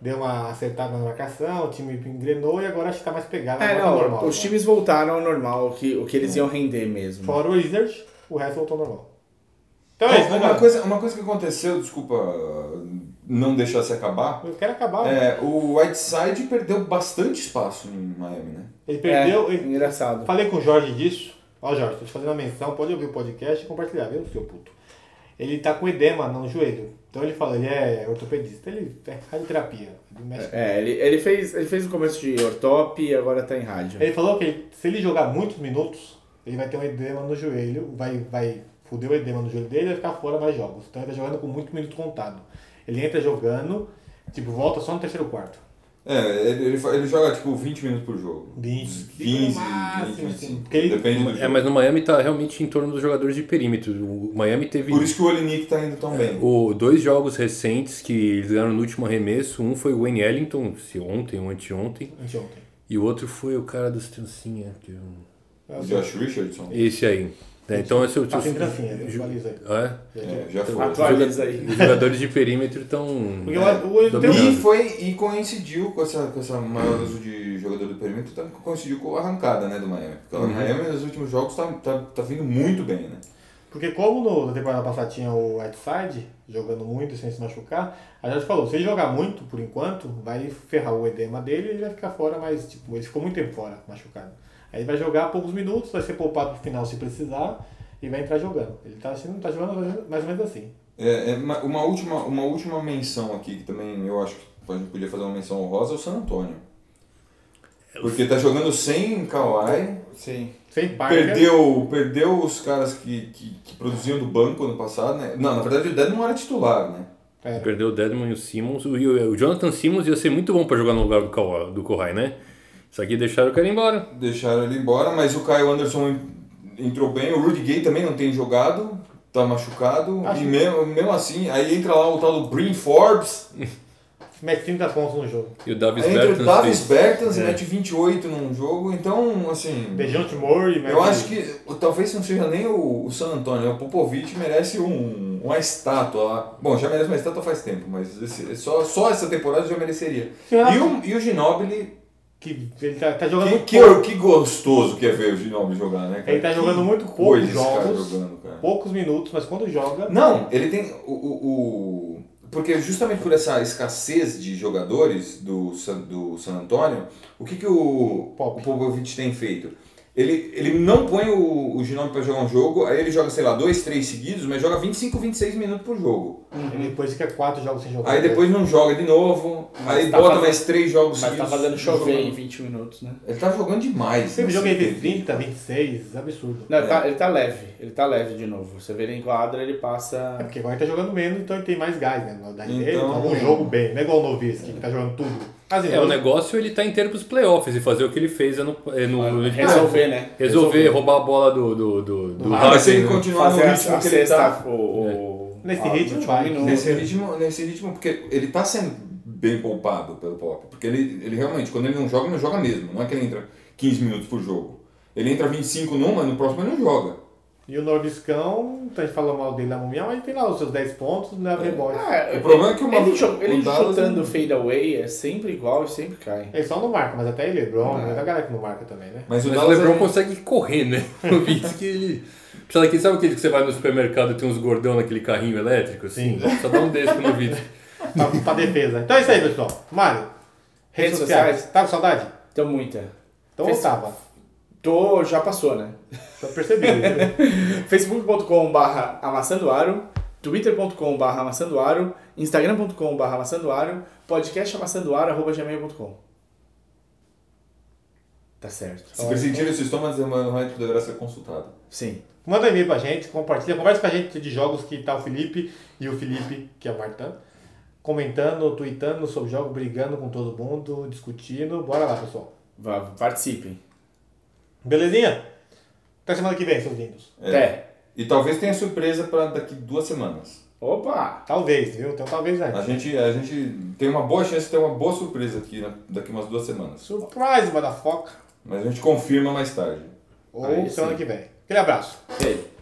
Speaker 3: Deu uma acertada na marcação, o time engrenou e agora acho que tá mais pegado.
Speaker 2: É,
Speaker 3: agora tá
Speaker 2: não,
Speaker 3: normal,
Speaker 2: os
Speaker 3: né?
Speaker 2: times voltaram ao normal, o que, o que eles iam render mesmo.
Speaker 3: Fora o Wizards, o resto voltou ao normal. Então é isso,
Speaker 1: Então,
Speaker 3: né,
Speaker 1: uma,
Speaker 3: cara?
Speaker 1: coisa, uma coisa que aconteceu, desculpa não deixar se acabar.
Speaker 3: Eu quero acabar. né?
Speaker 1: É, o Whiteside perdeu bastante espaço em Miami, né?
Speaker 3: Ele
Speaker 2: É,
Speaker 3: perdeu. ele-
Speaker 2: engraçado.
Speaker 3: Falei com o Jorge disso. Ó, Jorge, tô te fazendo uma menção. Pode ouvir o podcast e compartilhar, viu, seu puto? Ele tá com edema no joelho. Então ele fala, ele é ortopedista. Ele é radioterapia. Ele, mexe-
Speaker 2: É, ele, ele fez, ele fez o começo de ortop e agora tá em rádio.
Speaker 3: ele falou que ele- se ele jogar muitos minutos, ele vai ter um edema no joelho. Vai, vai foder o edema no joelho dele e vai ficar fora mais jogos. Então ele tá jogando com muito minuto contado. Ele entra jogando, tipo, volta só no terceiro quarto.
Speaker 1: É, ele, ele, fa- ele joga tipo 20 minutos por jogo.
Speaker 3: 20.
Speaker 1: 15,
Speaker 3: máximo,
Speaker 1: 20,
Speaker 3: assim.
Speaker 1: 25.
Speaker 3: Porque ele-
Speaker 1: Hum, Depende do
Speaker 4: É,
Speaker 1: jogo.
Speaker 4: mas no Miami tá realmente em torno dos jogadores de perímetro. O Miami teve
Speaker 1: Por isso que o Olinick tá indo tão bem.
Speaker 4: o, dois jogos recentes que eles ganharam no último arremesso. Um foi o Wayne Ellington, se ontem ou anteontem.
Speaker 3: Anteontem.
Speaker 4: E o outro foi o cara dos trancinha. que eu-
Speaker 3: É,
Speaker 1: O Josh Richardson.
Speaker 4: Esse aí. né? Então, esse é o...
Speaker 3: Tá sem trancinha, atualiza aí.
Speaker 4: É?
Speaker 1: É, já foi.
Speaker 2: Atualiza aí.
Speaker 4: Os jogadores de perímetro estão.
Speaker 3: Porque o- o- tem
Speaker 1: E
Speaker 4: dominando.
Speaker 1: um foi e coincidiu com essa, com essa maior uso de jogador do perímetro, também coincidiu com a arrancada né, do Miami. Porque o Miami nos últimos jogos tá, tá, tá vindo muito bem, né?
Speaker 3: Porque como no, na temporada passada tinha o Whiteside jogando muito sem se machucar, a gente falou, se ele jogar muito por enquanto, vai ferrar o edema dele e ele vai ficar fora, mas tipo, ele ficou muito tempo fora, machucado. Aí ele vai jogar poucos minutos, vai ser poupado pro final se precisar e vai entrar jogando. Ele tá assim, não tá jogando mais ou menos assim.
Speaker 1: É, é uma, uma última, uma última menção aqui, que também eu acho que a gente podia fazer uma menção honrosa, é o San Antonio. Porque tá jogando sem Kawhi,
Speaker 2: Sim.
Speaker 3: Sem Parker,
Speaker 1: perdeu, perdeu os caras que, que, que produziam do banco ano passado, né? Não, na verdade o Dead não era titular, né?
Speaker 3: era.
Speaker 4: Perdeu o Dedmon e o Simmons. O, e o o Jonathan Simmons ia ser muito bom pra jogar no lugar do Kawhi, do Kawhi, né? Isso aqui deixaram o cara embora.
Speaker 1: Deixaram ele embora, mas o Caio Anderson en- entrou bem, o Rudy Gay também não tem jogado, tá machucado,
Speaker 3: Acho
Speaker 1: e
Speaker 3: que-
Speaker 1: mesmo, mesmo assim, aí entra lá o tal do Brin Forbes,
Speaker 3: mete 30 pontos no jogo.
Speaker 4: E o Davis
Speaker 1: Entre o Davis
Speaker 4: Bertans
Speaker 1: Bertans
Speaker 3: É.
Speaker 1: mete 28 num jogo, então, assim.
Speaker 3: Dejounte Murray,
Speaker 1: Eu acho que talvez não seja nem o, o San Antonio, o Popovich merece um, uma estátua lá. Bom, já merece uma estátua faz tempo, mas esse- só, só essa temporada já mereceria.
Speaker 3: é.
Speaker 1: E o, e o Ginobili,
Speaker 3: que ele tá, tá jogando
Speaker 1: que,
Speaker 3: muito pouco.
Speaker 1: que, que gostoso que é ver o Ginobili jogar, né, cara?
Speaker 3: Ele tá
Speaker 1: Que
Speaker 3: jogando muito poucos
Speaker 1: coisa esse cara
Speaker 3: jogos,
Speaker 1: jogando, cara.
Speaker 3: poucos minutos, mas quando joga,
Speaker 1: Não, ele tem o, o, o- Porque justamente por essa escassez de jogadores do San, do San Antonio, o que, que o,
Speaker 3: Pop.
Speaker 1: o Popovich tem feito? Ele, ele não põe o, o Ginobili pra jogar um jogo, aí ele joga, sei lá, dois, três seguidos, mas joga 25, 26 minutos por jogo.
Speaker 3: ele depois fica quatro jogos sem jogar.
Speaker 1: Uhum. Aí depois não joga de novo, aí
Speaker 2: tá
Speaker 1: bota
Speaker 2: fazendo-
Speaker 1: mais três jogos
Speaker 2: Mas tá
Speaker 1: seguidos.
Speaker 2: fazendo chover em
Speaker 1: jogando.
Speaker 2: 20 minutos, né?
Speaker 1: Ele tá jogando demais.
Speaker 3: Teve
Speaker 1: né?
Speaker 3: jogo aí de 30, 26, absurdo.
Speaker 2: Não, ele, tá, ele tá leve, ele tá leve de novo. Você vê ele em quadra, ele passa.
Speaker 3: É porque agora ele tá jogando menos, então ele tem mais gás, né? Na idade
Speaker 1: Então-
Speaker 3: dele, ele joga um jogo bem, não é igual o Novice, que tá jogando tudo. Assim,
Speaker 4: É, o negócio ele tá inteiro pros playoffs e fazer o que ele fez ano, é,
Speaker 1: Ah,
Speaker 4: no, no-
Speaker 2: Resolver, né?
Speaker 4: resolver roubar a bola do, do, do, do
Speaker 1: Ah, mas se
Speaker 4: Harden,
Speaker 1: ele
Speaker 4: né?
Speaker 1: continuar no
Speaker 2: Fazer
Speaker 1: ritmo
Speaker 2: a, a
Speaker 1: que ele tá.
Speaker 2: sexta. O, o-
Speaker 3: Nesse
Speaker 2: a-
Speaker 3: ritmo
Speaker 2: último
Speaker 3: vai.
Speaker 2: minuto.
Speaker 1: Nesse ritmo, nesse ritmo, porque ele tá sendo bem poupado pelo Pop. Porque ele, ele realmente, quando ele não joga, ele não joga mesmo. Não é que ele entra 15 minutos por jogo. Ele entra 25 numa, no próximo ele não joga.
Speaker 3: E o Norviscão, a gente falou mal dele na Mundial, mas ele tem lá os seus 10 pontos, né? Rebote.
Speaker 2: Ah,
Speaker 1: O problema é que o
Speaker 2: ele,
Speaker 1: maluco-
Speaker 2: jo- ele
Speaker 1: o Dallas
Speaker 2: chutando
Speaker 1: não-
Speaker 2: fade away é sempre igual e sempre cai.
Speaker 3: Ele só não marca, mas até ele, LeBron,
Speaker 2: Ah.
Speaker 3: né? da galera que não marca também, né?
Speaker 1: Mas um o
Speaker 4: Mas o
Speaker 1: Dallas. é
Speaker 4: LeBron consegue correr, né? O Vince que ele... Precisa daquele- sabe aquele que você vai no supermercado e tem uns gordão naquele carrinho elétrico, assim? Só dá um desse pro Novice.
Speaker 3: Pra, pra defesa. Então é isso aí, pessoal. Mário, redes
Speaker 2: Redes
Speaker 3: sociais.
Speaker 2: sociais.
Speaker 3: Tá com saudade?
Speaker 2: Então, muita.
Speaker 3: Então
Speaker 2: Fez-
Speaker 3: eu tava.
Speaker 2: Tô, já passou, né?
Speaker 3: Eu percebi. né?
Speaker 2: facebook.com.br amassandoaro, twitter.com.br amassandoaro, instagram.com.br amassandoaro, podcastamassandoaro.gmail.com Tá certo.
Speaker 1: Se pressentir esse estômago, o médico deverá ser consultado.
Speaker 2: Sim.
Speaker 3: Manda um e-mail pra gente, compartilha, conversa com a gente de jogos que tá o Felipe e o Felipe, que é o Martã, comentando, tweetando sobre jogos, brigando com todo mundo, discutindo. Bora lá, pessoal.
Speaker 2: Vá- Participem.
Speaker 3: Belezinha? Até semana que vem, seus lindos.
Speaker 1: É.
Speaker 2: Até.
Speaker 1: E talvez tenha surpresa pra daqui duas semanas.
Speaker 2: Opa!
Speaker 3: Talvez, viu? Então talvez
Speaker 1: A
Speaker 3: antes.
Speaker 1: gente, a gente tem uma boa chance de ter uma boa surpresa aqui né, daqui umas duas semanas.
Speaker 3: Surprise, motherfucker.
Speaker 1: Mas a gente confirma mais tarde.
Speaker 3: Ou
Speaker 2: Aí
Speaker 3: semana
Speaker 2: sim.
Speaker 3: que vem. Aquele abraço.
Speaker 2: Beijo.